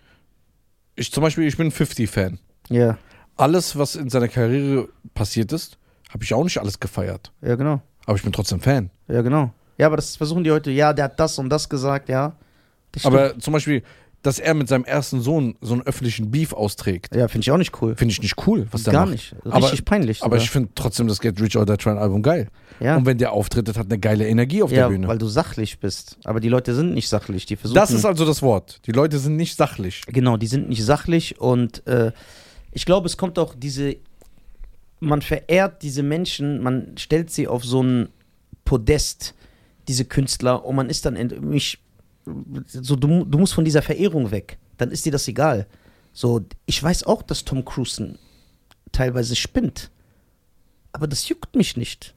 ich zum Beispiel, ich bin 50-Fan.
Ja,
Alles, was in seiner Karriere passiert ist, habe ich auch nicht alles gefeiert.
ja, genau.
Aber ich bin trotzdem Fan.
Ja, genau. Ja, aber das versuchen die heute. Ja, der hat das und das gesagt, ja. Das stimmt.
Aber zum Beispiel, dass er mit seinem ersten Sohn so einen öffentlichen Beef austrägt,
ja, finde ich auch nicht cool.
finde ich nicht cool, was der
Gar
macht.
nicht. Richtig
Aber-
peinlich.
Aber
sogar.
ich finde trotzdem das Get Rich or Die Trying Album geil.
ja.
Und wenn der auftritt, das hat eine geile Energie auf
ja,
der Bühne.
weil du sachlich bist. Aber die Leute sind nicht sachlich. Die versuchen.
Das ist also das Wort. Die Leute sind nicht sachlich.
genau, die sind nicht sachlich und äh, ich glaube, es kommt auch diese man verehrt diese Menschen, man stellt sie auf so ein Podest, diese Künstler, und man ist dann ent- mich, so du, du musst von dieser Verehrung weg. Dann ist dir das egal. So, ich weiß auch, dass Tom Cruise n- teilweise spinnt, aber das juckt mich nicht.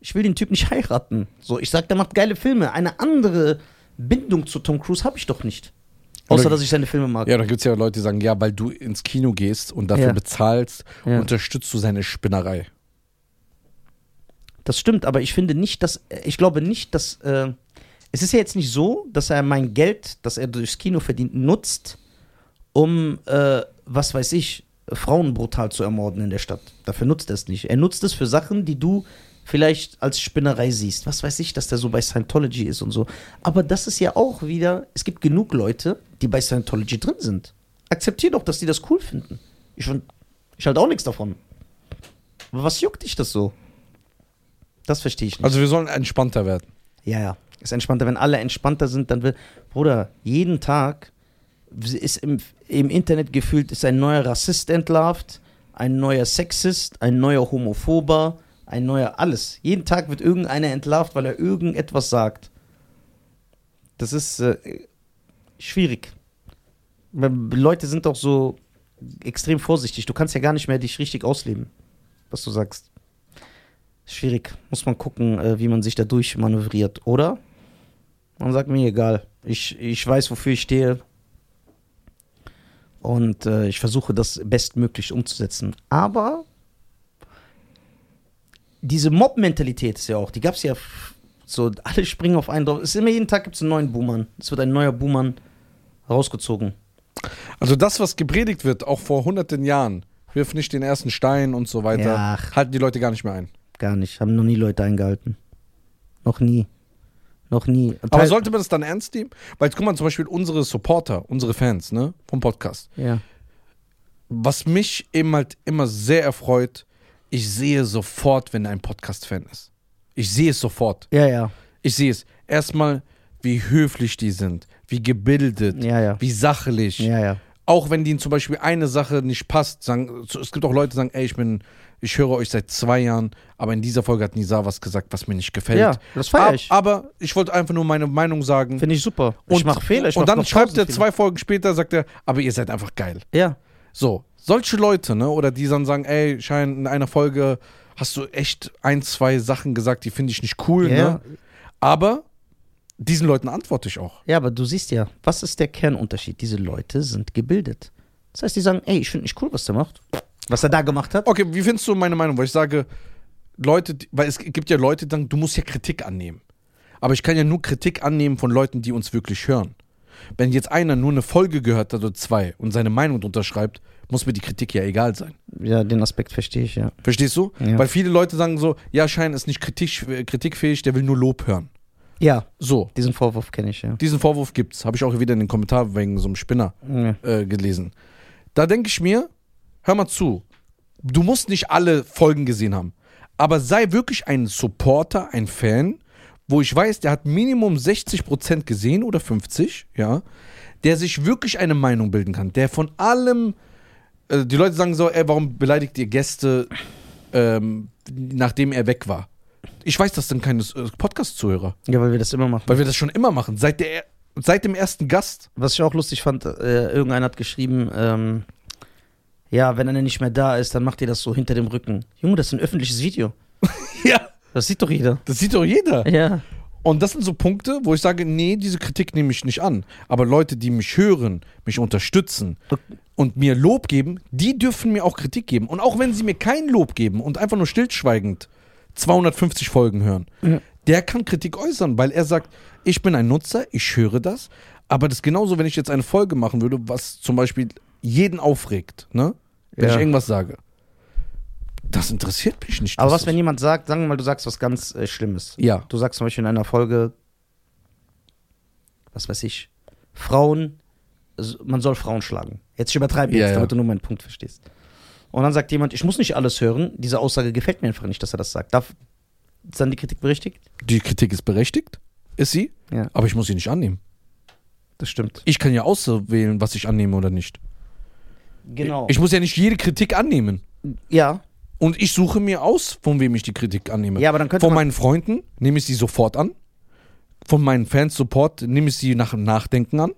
Ich will den Typ nicht heiraten. So, ich sag, der macht geile Filme. Eine andere Bindung zu Tom Cruise habe ich doch nicht. Außer,
Oder-
dass ich seine Filme mag.
Ja, da gibt es ja Leute, die sagen, ja, weil du ins Kino gehst und dafür
Ja.
bezahlst,
Ja.
unterstützt du seine Spinnerei.
Das stimmt, aber ich finde nicht, dass ich glaube nicht, dass äh, es ist ja jetzt nicht so, dass er mein Geld, das er durchs Kino verdient, nutzt, um äh, was weiß ich, Frauen brutal zu ermorden in der Stadt. Dafür nutzt er es nicht. Er nutzt es für Sachen, die du vielleicht als Spinnerei siehst. Was weiß ich, dass der so bei Scientology ist und so. Aber das ist ja auch wieder, es gibt genug Leute, die bei Scientology drin sind. Akzeptier doch, dass die das cool finden. Ich, find- ich halt auch nichts davon. Aber was juckt dich das so? Das verstehe ich nicht.
Also wir sollen entspannter werden.
Ja, ja. Ist entspannter. Wenn alle entspannter sind, dann will. Bruder, jeden Tag ist im, im Internet gefühlt ist ein neuer Rassist entlarvt, ein neuer Sexist, ein neuer Homophober, ein neuer alles. Jeden Tag wird irgendeiner entlarvt, weil er irgendetwas sagt. Das ist äh, schwierig. Weil Leute sind doch so extrem vorsichtig. Du kannst ja gar nicht mehr dich richtig ausleben, was du sagst. Schwierig. Muss man gucken, äh, wie man sich da durchmanövriert, oder? Man sagt mir egal. Ich, ich weiß, wofür ich stehe. Und äh, ich versuche das bestmöglich umzusetzen. Aber diese Mob-Mentalität ist ja auch, die gab es ja f- so, alle springen auf einen drauf. Es ist immer jeden Tag gibt es einen neuen Boomer. Es wird ein neuer Boomer rausgezogen.
Also das, was gepredigt wird, auch vor hunderten Jahren, wirf nicht den ersten Stein und so weiter,
Ja, ach.
halten die Leute gar nicht mehr ein.
Gar nicht. Haben noch nie Leute eingehalten. Noch nie. Noch nie.
Aber sollte man das dann ernst nehmen? Weil jetzt guck mal, zum Beispiel unsere Supporter, unsere Fans, ne, vom Podcast.
Ja.
Was mich eben halt immer sehr erfreut, ich sehe sofort, wenn ein Podcast-Fan ist. Ich sehe es sofort.
Ja, ja.
Ich sehe es. Erstmal, wie höflich die sind, wie gebildet,
Ja, ja.
wie sachlich.
Ja, ja.
Auch wenn denen zum Beispiel eine Sache nicht passt, sagen, es gibt auch Leute, die sagen, ey, ich bin, ich höre euch seit zwei Jahren, aber in dieser Folge hat Nisa was gesagt, was mir nicht gefällt.
Ja, das feier
Ab-
ich.
Aber ich wollte einfach nur meine Meinung sagen.
Finde ich super. ich mache Fehler. Ich
und
mach
dann
noch
schreibt er
tausend Fehler.
zwei Folgen später, sagt er, aber ihr seid einfach geil.
Ja.
So, solche Leute, ne, oder die dann sagen, ey, Schein, in einer Folge hast du echt ein, zwei Sachen gesagt, die finde ich nicht cool,
Ja.
ne? Aber diesen Leuten antworte ich auch.
ja, aber du siehst ja, was ist der Kernunterschied? Diese Leute sind gebildet. Das heißt, die sagen, ey, ich finde nicht cool, was der macht. Was er da gemacht hat.
Okay, wie findest du meine Meinung? Weil ich sage, Leute, die- weil es gibt ja Leute, die sagen, du musst ja Kritik annehmen. Aber ich kann ja nur Kritik annehmen von Leuten, die uns wirklich hören. Wenn jetzt einer nur eine Folge gehört hat oder zwei und seine Meinung drunter schreibt, muss mir die Kritik ja egal sein.
Ja, den Aspekt verstehe ich, ja.
Verstehst du?
Ja.
Weil viele Leute sagen so, ja, Schein ist nicht kritik, kritikfähig, der will nur Lob hören.
Ja,
So,
diesen Vorwurf kenne ich, ja.
diesen Vorwurf gibt's. Habe ich auch wieder in den Kommentaren wegen so einem Spinner
ja.
äh, gelesen. Da denke ich mir, hör mal zu, du musst nicht alle Folgen gesehen haben, aber sei wirklich ein Supporter, ein Fan, wo ich weiß, der hat Minimum 60% gesehen oder 50, ja, der sich wirklich eine Meinung bilden kann, der von allem, äh, die Leute sagen so, ey, warum beleidigt ihr Gäste, ähm, nachdem er weg war? Ich weiß, das sind keine äh, Podcast-Zuhörer,
Ja, weil wir das immer machen.
weil wir das schon immer machen, seit, der, seit dem ersten Gast.
Was ich auch lustig fand, äh, irgendeiner hat geschrieben, ähm, ja, wenn einer nicht mehr da ist, dann macht ihr das so hinter dem Rücken. Junge, das ist ein öffentliches Video.
Ja,
Das sieht doch jeder.
das sieht doch jeder.
Ja.
Und das sind so Punkte, wo ich sage, nee, diese Kritik nehme ich nicht an. Aber Leute, die mich hören, mich unterstützen und mir Lob geben, die dürfen mir auch Kritik geben. Und auch wenn sie mir kein Lob geben und einfach nur stillschweigend 250 Folgen hören, der kann Kritik äußern, weil er sagt, ich bin ein Nutzer, ich höre das. Aber das ist genauso, wenn ich jetzt eine Folge machen würde, was zum Beispiel jeden aufregt, ne? Wenn
Ja.
ich irgendwas sage. Das interessiert mich nicht.
Aber
dass
was, wenn
das-
jemand sagt, sagen wir mal, du sagst was ganz äh, Schlimmes.
Ja.
Du sagst zum Beispiel in einer Folge, was weiß ich, Frauen, also man soll Frauen schlagen. Jetzt ich übertreibe
Ja,
jetzt,
ja.
damit du nur meinen Punkt verstehst. Und dann sagt jemand, ich muss nicht alles hören, diese Aussage gefällt mir einfach nicht, dass er das sagt. Darf, ist dann die Kritik berechtigt?
Die Kritik ist berechtigt, ist sie,
Ja,
aber ich muss sie nicht annehmen.
das stimmt.
Ich kann ja auswählen, was ich annehme oder nicht.
Genau.
Ich muss ja nicht jede Kritik annehmen.
ja,
Und ich suche mir aus, von wem ich die Kritik annehme.
Ja, aber dann könnte
von
man-
meinen Freunden nehme ich sie sofort an. Von meinen Fans Support nehme ich sie nach dem Nachdenken an.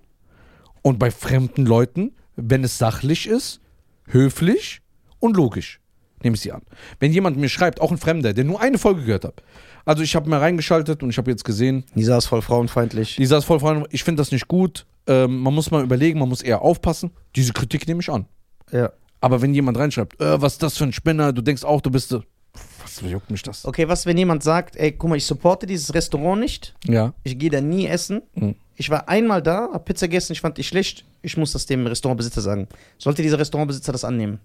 Und bei fremden Leuten, wenn es sachlich ist, höflich und logisch, nehme ich sie an. Wenn jemand mir schreibt, auch ein Fremder, der nur eine Folge gehört hat. Also ich habe mal reingeschaltet und ich habe jetzt gesehen,
Nisa ist voll frauenfeindlich.
die saß voll voran, ich finde das nicht gut. Ähm, man muss mal überlegen, man muss eher aufpassen. Diese Kritik nehme ich an.
Ja.
Aber wenn jemand reinschreibt, äh, was ist das für ein Spinner, du denkst auch, du bist. so- Pff, Was juckt mich das?
Okay, was, wenn jemand sagt, ey, guck mal, ich supporte dieses Restaurant nicht,
Ja.
ich gehe da nie essen,
Mhm.
ich war einmal da, hab Pizza gegessen, ich fand die schlecht, ich muss das dem Restaurantbesitzer sagen. Sollte dieser Restaurantbesitzer das annehmen?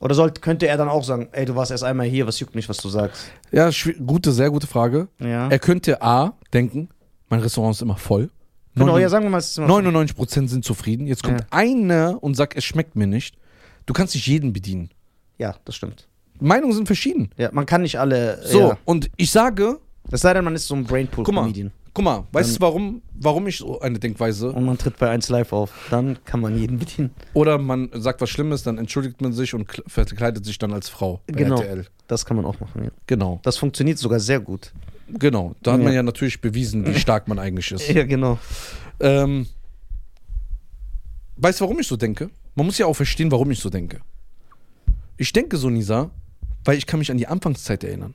Oder sollte, könnte er dann auch sagen, ey, du warst erst einmal hier, was juckt mich, was du sagst?
Ja, schwi- gute, sehr gute Frage.
Ja.
Er könnte A denken, mein Restaurant ist immer voll.
genau,
Neunund-
ja, sagen wir mal, es ist immer
99 Prozent sind zufrieden. Jetzt kommt
Ja.
einer und sagt, es schmeckt mir nicht. Du kannst nicht jeden bedienen.
Ja, das stimmt.
Meinungen sind verschieden.
Ja, man kann nicht alle.
So,
Ja.
und ich sage,
Es sei denn, man ist so ein
guck mal,
Brainpool-Comedian.
guck mal, weißt du, warum, warum ich so eine Denkweise
Und man tritt bei 1 live auf. Dann kann man jeden bedienen.
Oder man sagt was Schlimmes, dann entschuldigt man sich und kl- verkleidet sich dann als Frau. bei
Genau.
RTL.
Das kann man auch machen, ja.
Genau.
Das funktioniert sogar
*laughs*
sehr gut.
Genau. Da hat man
Ja.
ja natürlich bewiesen,
*laughs*
wie stark man eigentlich ist.
Ja, genau.
Ähm, weißt du, warum ich so denke? Man muss ja auch verstehen, warum ich so denke. Ich denke so, Nisa, weil ich kann mich an die Anfangszeit erinnern.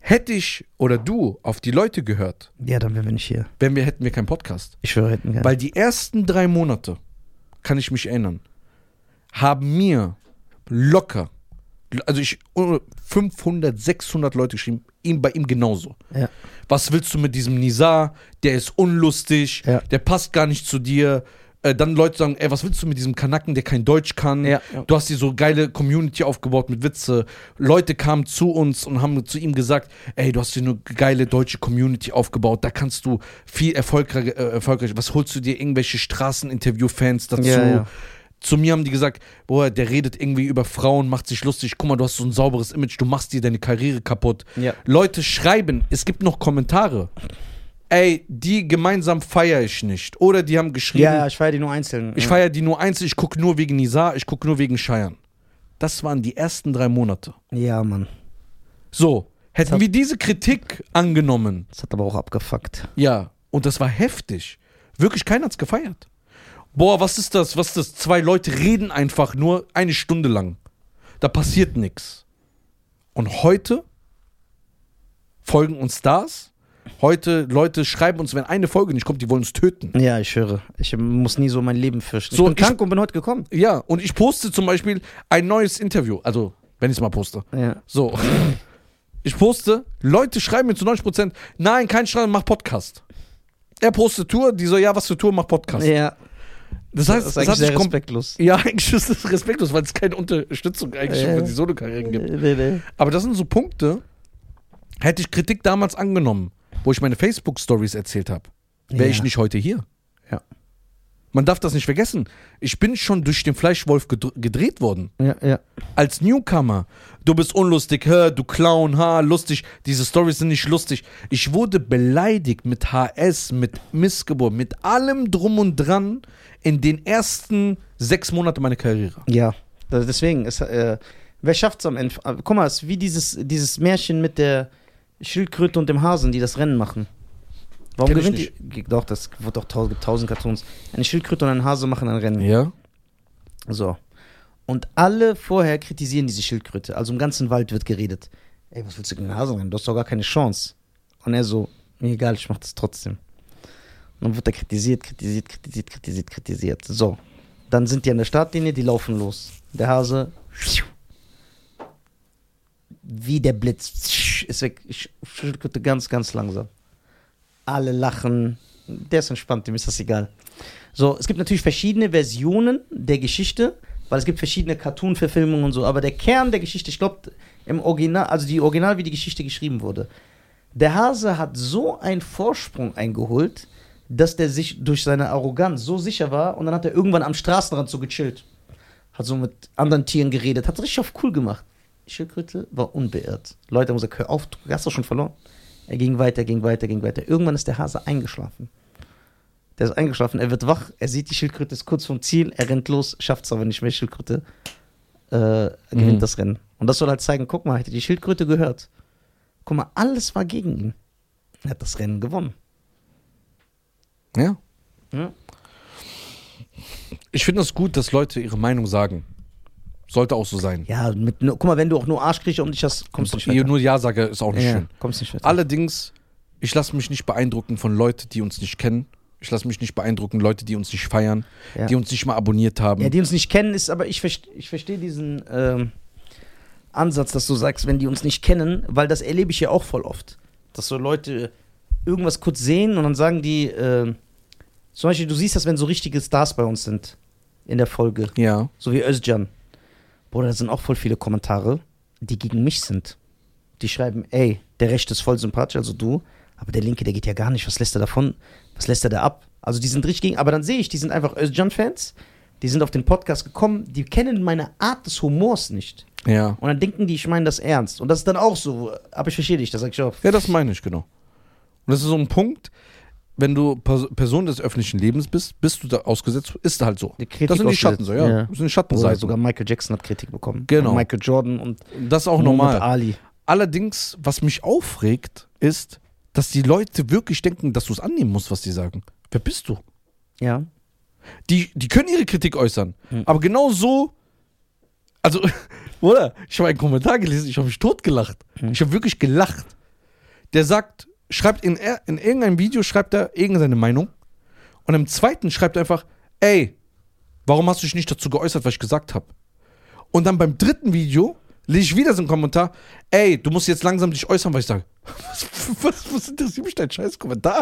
Hätte ich oder du auf die Leute gehört,
Ja, dann wären wir nicht hier.
wenn wir hätten wir keinen Podcast.
Ich schwöre, hätten wir.
Weil die ersten drei Monate, kann ich mich erinnern, haben mir locker, also ich, 500, 600 Leute geschrieben, ihm, bei ihm genauso.
Ja.
Was willst du mit diesem Nizar? Der ist unlustig,
Ja.
der passt gar nicht zu dir. Äh, Dann Leute sagen, ey, was willst du mit diesem Kanaken, der kein Deutsch kann?
Ja.
Du hast hier so geile Community aufgebaut mit Witze. Leute kamen zu uns und haben zu ihm gesagt, ey, du hast hier eine geile deutsche Community aufgebaut, da kannst du viel erfolgreich, äh, erfolgreich. was holst du dir irgendwelche Straßeninterview-Fans dazu?
Ja, ja.
Zu mir haben die gesagt, boah, der redet irgendwie über Frauen, macht sich lustig, guck mal, du hast so ein sauberes Image, du machst dir deine Karriere kaputt.
Ja.
Leute schreiben, es gibt noch Kommentare. Ey, die gemeinsam feiere ich nicht. Oder die haben geschrieben,
ja, ja, ich feiere die nur einzeln.
ich
ja.
feiere die nur einzeln, ich gucke nur wegen Nizar, ich gucke nur wegen Scheiern. Das waren die ersten drei Monate.
Ja, Mann.
So, hätten
hat-
wir diese Kritik angenommen,
Das hat aber auch abgefuckt.
ja, und das war heftig. Wirklich, keiner hat's gefeiert. Boah, was ist das? Was ist das? Zwei Leute reden einfach nur eine Stunde lang. Da passiert nichts. Und heute folgen uns Stars. Heute Leute schreiben uns, wenn eine Folge nicht kommt, die wollen uns töten.
Ja, ich schwöre. Ich muss nie so mein Leben fürchten.
So,
ich bin
ich-
krank und bin heute gekommen.
Ja, und ich poste zum Beispiel ein neues Interview. Also, wenn ich es mal poste.
Ja.
So. Ich poste, Leute schreiben mir zu 90%, nein, kein Strand, mach Podcast. Er postet Tour, die so, ja, was für Tour, mach Podcast.
Ja,
Das heißt,
das ist
es
eigentlich
hat sich
sehr
kom-
respektlos.
*laughs* Ja, eigentlich ist das respektlos, weil es keine Unterstützung eigentlich
Ja.
für die Solo-Karrieren gibt.
Nee, nee.
Aber das sind so Punkte, hätte ich Kritik damals angenommen, wo ich meine Facebook-Stories erzählt habe, wäre
Ja.
ich nicht heute hier.
Ja.
Man darf das nicht vergessen. Ich bin schon durch den Fleischwolf gedr- gedreht worden.
Ja, ja.
Als Newcomer. Du bist unlustig, hä, du Clown, ha, lustig. Diese Stories sind nicht lustig. Ich wurde beleidigt mit HS, mit Missgeburt, mit allem Drum und Dran in den ersten sechs Monaten meiner Karriere.
Ja, da- deswegen ist äh, wer schafft's am Ende? Ah, Guck mal, es ist wie dieses dieses Märchen mit der Schildkröte und dem Hasen, die das Rennen machen. Warum
Kenn ich
gewinnt die? Doch, das wird doch tausend, gibt tausend Kartons. Eine Schildkröte und ein Hase machen ein Rennen.
Ja?
So. Und alle vorher kritisieren diese Schildkröte. Also im ganzen Wald wird geredet. Ey, was willst du gegen den Hasen rennen? Du hast doch gar keine Chance. Und er so, mir egal, ich mach das trotzdem. Und dann wird er kritisiert, kritisiert, kritisiert, kritisiert, kritisiert. So. Dann sind die an der Startlinie, die laufen los. Der Hase, wie der Blitz, ist weg. Sch- Schildkröte ganz, ganz langsam. Alle lachen. Der ist entspannt, dem ist das egal. So, es gibt natürlich verschiedene Versionen der Geschichte, weil es gibt verschiedene Cartoon-Verfilmungen und so, aber der Kern der Geschichte, ich glaube, im Original, also die Original, wie die Geschichte geschrieben wurde, der Hase hat so einen Vorsprung eingeholt, dass der sich durch seine Arroganz so sicher war und dann hat er irgendwann am Straßenrand so gechillt. Hat so mit anderen Tieren geredet, hat richtig auf cool gemacht. Die Schildkröte war unbeirrt. Leute haben gesagt, hör auf, du hast doch schon verloren. Er ging weiter, ging weiter, ging weiter. Irgendwann ist der Hase eingeschlafen. Der ist eingeschlafen, er wird wach, er sieht, die Schildkröte ist kurz vom Ziel, er rennt los, schafft es aber nicht mehr, Schildkröte äh, gewinnt
Mhm.
das Rennen. Und das soll halt zeigen, guck mal, hätte die Schildkröte gehört. Guck mal, alles war gegen ihn. Er hat das Rennen gewonnen.
Ja.
Ja.
Ich finde es gut, dass Leute ihre Meinung sagen. Sollte auch so sein.
Ja, mit, nur- guck mal, wenn du auch nur Arschkriecher um dich hast, kommst du nicht
Ihr
weiter.
nur Ja sage ist auch nicht
Ja,
schön.
kommst nicht weiter.
Allerdings, ich lasse mich nicht beeindrucken von Leuten, die uns nicht kennen. Ich lasse mich nicht beeindrucken, Leute, die uns nicht feiern,
Ja.
die uns nicht mal abonniert haben.
Ja, die uns nicht kennen, ist aber, ich, verst- ich verstehe diesen ähm, Ansatz, dass du sagst, wenn die uns nicht kennen, weil das erlebe ich ja auch voll oft. Dass so Leute irgendwas kurz sehen und dann sagen die, ähm, zum Beispiel, du siehst das, wenn so richtige Stars bei uns sind in der Folge,
ja.
so wie Özcan. Boah, da sind auch voll viele Kommentare, die gegen mich sind. Die schreiben, ey, der Rechte ist voll sympathisch, also du, aber der Linke, der geht ja gar nicht. Was lässt er davon? Was lässt er da ab? Also die sind richtig gegen, aber dann sehe ich, die sind einfach Özcan-Fans, die sind auf den Podcast gekommen, die kennen meine Art des Humors nicht.
Ja.
Und dann denken die, ich meine das ernst. Und das ist dann auch so, aber ich verstehe dich, das sag ich auch.
Ja, das meine ich, genau. Und das ist so ein Punkt, wenn du Pers Person des öffentlichen Lebens bist, bist du da ausgesetzt, ist halt so.
Die Kritik
das sind die
ausgesetzt,
Schatten, so, ja.
ja.
Das sind die
Oder
Schattenseiten.
sogar Michael Jackson hat Kritik bekommen.
Genau.
Und Michael Jordan und
das ist auch
Muhammad
normal.
Ali.
Allerdings, was mich aufregt, ist, dass die Leute wirklich denken, dass du es annehmen musst, was die sagen. Wer bist du?
Ja.
Die, die können ihre Kritik äußern, aber genau so, also, *laughs* oder? Ich habe einen Kommentar gelesen, ich habe mich totgelacht. Ich habe wirklich gelacht. Der sagt, schreibt in, ir- in irgendeinem Video, schreibt er irgendeine Meinung und im zweiten schreibt er einfach, ey, warum hast du dich nicht dazu geäußert, was ich gesagt habe? Und dann beim dritten Video lese ich wieder so einen Kommentar, ey, du musst jetzt langsam dich äußern, was ich sage. *laughs* Was, was, was interessiert mich dein scheiß Kommentar?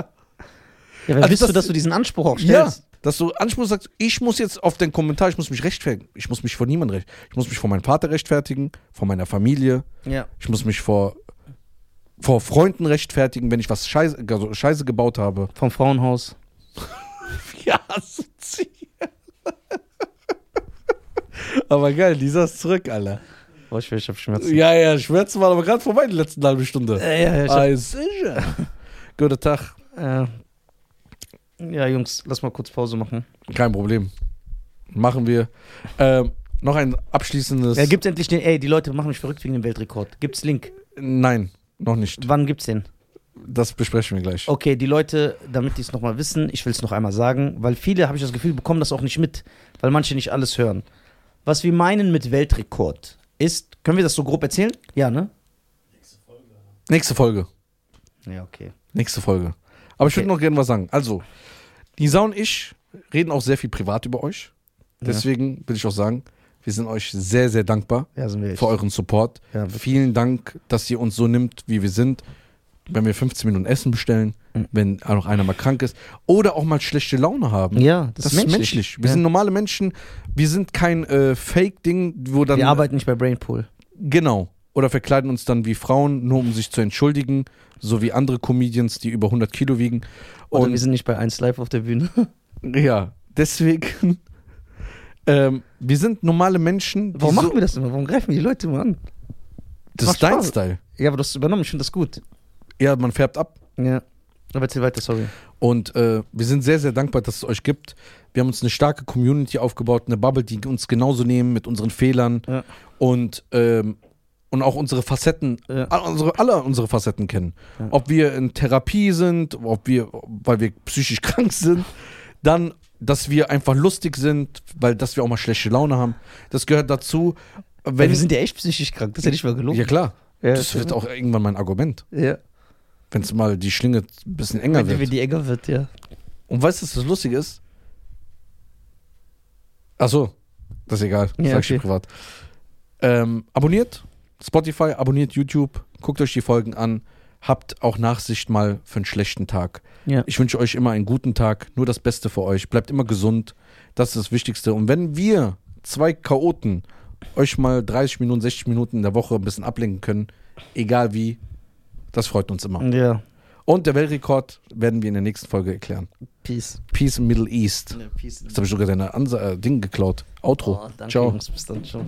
Ja, wer
Also
bist
das-
du, dass du diesen Anspruch auch
Ja,
stellst?
dass du Anspruch sagst, ich muss jetzt auf den Kommentar, ich muss mich rechtfertigen. Ich muss mich vor niemandem rechtfertigen. Ich muss mich vor meinem Vater rechtfertigen, vor meiner Familie.
Ja.
Ich muss mich vor, vor Freunden rechtfertigen, wenn ich was Scheiße, also Scheiße gebaut habe.
Vom Frauenhaus.
*laughs* Ja, assoziiert. aber geil, dieser ist zurück, Alter. Oh,
Boah, ich, will- ich hab Schmerzen.
Ja, ja, Schmerzen waren aber gerade vorbei die letzten halbe Stunde.
Äh, ja, ja, ich hab,
Ah, *laughs* sicher. Guten Tag. Ah.
äh, ja, Jungs, lass mal kurz Pause machen.
Kein Problem. Machen wir. Ähm, noch ein abschließendes.
Ja, gibt endlich den, ey, die Leute machen mich verrückt wegen dem Weltrekord. Gibt's Link?
Nein, noch nicht.
Wann gibt's den?
Das besprechen wir gleich.
Okay, die Leute, damit die es nochmal wissen, ich will es noch einmal sagen, weil viele, habe ich das Gefühl, bekommen das auch nicht mit, weil manche nicht alles hören. Was wir meinen mit Weltrekord ist, können wir das so grob erzählen? Ja, ne?
Nächste Folge.
Nächste Folge.
Ja, okay.
Nächste Folge. Aber ich würde
Okay.
noch gerne was sagen. Also, Nisa und ich reden auch sehr viel privat über euch.
Ja.
Deswegen will ich auch sagen, wir sind euch sehr, sehr dankbar
Ja, sind wir echt.
für euren Support.
Ja, wirklich.
Vielen Dank, dass ihr uns so nimmt, wie wir sind. Wenn wir 15 Minuten Essen bestellen,
Mhm.
wenn auch einer mal krank ist oder auch mal schlechte Laune haben.
Ja,
Das, ist menschlich. Wir
ja.
sind normale Menschen. Wir sind kein äh, Fake-Ding, wo dann.
wir arbeiten nicht bei Brainpool.
Genau. Oder verkleiden uns dann wie Frauen, nur um sich zu entschuldigen, so wie andere Comedians, die über 100 Kilo wiegen.
Oder
Und
wir sind nicht bei 1 Live auf der Bühne. *laughs*
ja, deswegen, *laughs* ähm, wir sind normale Menschen. Die
Warum
so,
machen wir das immer? Warum greifen wir die Leute immer an?
das
macht
ist dein
Spaß.
Style.
Ja, aber du hast es übernommen, ich finde das gut.
Ja, man färbt ab.
Ja. Aber erzähl weiter, sorry.
Und äh, wir sind sehr, sehr dankbar, dass es euch gibt. Wir haben uns eine starke Community aufgebaut, eine Bubble, die uns genauso nehmen mit unseren Fehlern
Ja.
und, ähm, und auch unsere Facetten,
Ja.
all unsere, alle unsere Facetten kennen.
Ja.
Ob wir in Therapie sind, ob wir, weil wir psychisch *laughs* krank sind, dann, dass wir einfach lustig sind, weil dass wir auch mal schlechte Laune haben. Das gehört dazu. Wenn,
Weil wir sind ja echt psychisch krank, das hätte ich mal gelogen.
ja klar,
Ja,
das wird auch irgendwann mein Argument,
Ja.
wenn es mal die Schlinge ein bisschen enger
Wenn die-
wird.
wenn die enger wird, ja.
Und weißt du, was das Lustige ist? Ach so, das ist egal.
Ja,
Sag ich dir
okay.
privat. Ähm, abonniert Spotify, abonniert YouTube, guckt euch die Folgen an. Habt auch Nachsicht mal für einen schlechten Tag.
Ja.
Ich wünsche euch immer einen guten Tag, nur das Beste für euch. Bleibt immer gesund, das ist das Wichtigste. Und wenn wir, zwei Chaoten, euch mal 30 Minuten, 60 Minuten in der Woche ein bisschen ablenken können, egal wie, das freut uns immer.
Ja.
Und der Weltrekord werden wir in der nächsten Folge erklären.
Peace.
Peace in Middle East.
Peace.
Jetzt habe ich sogar deine Ansa äh, Ding geklaut. Outro.
Oh, danke,
Ciao.
Jungs. Bis dann. Ciao.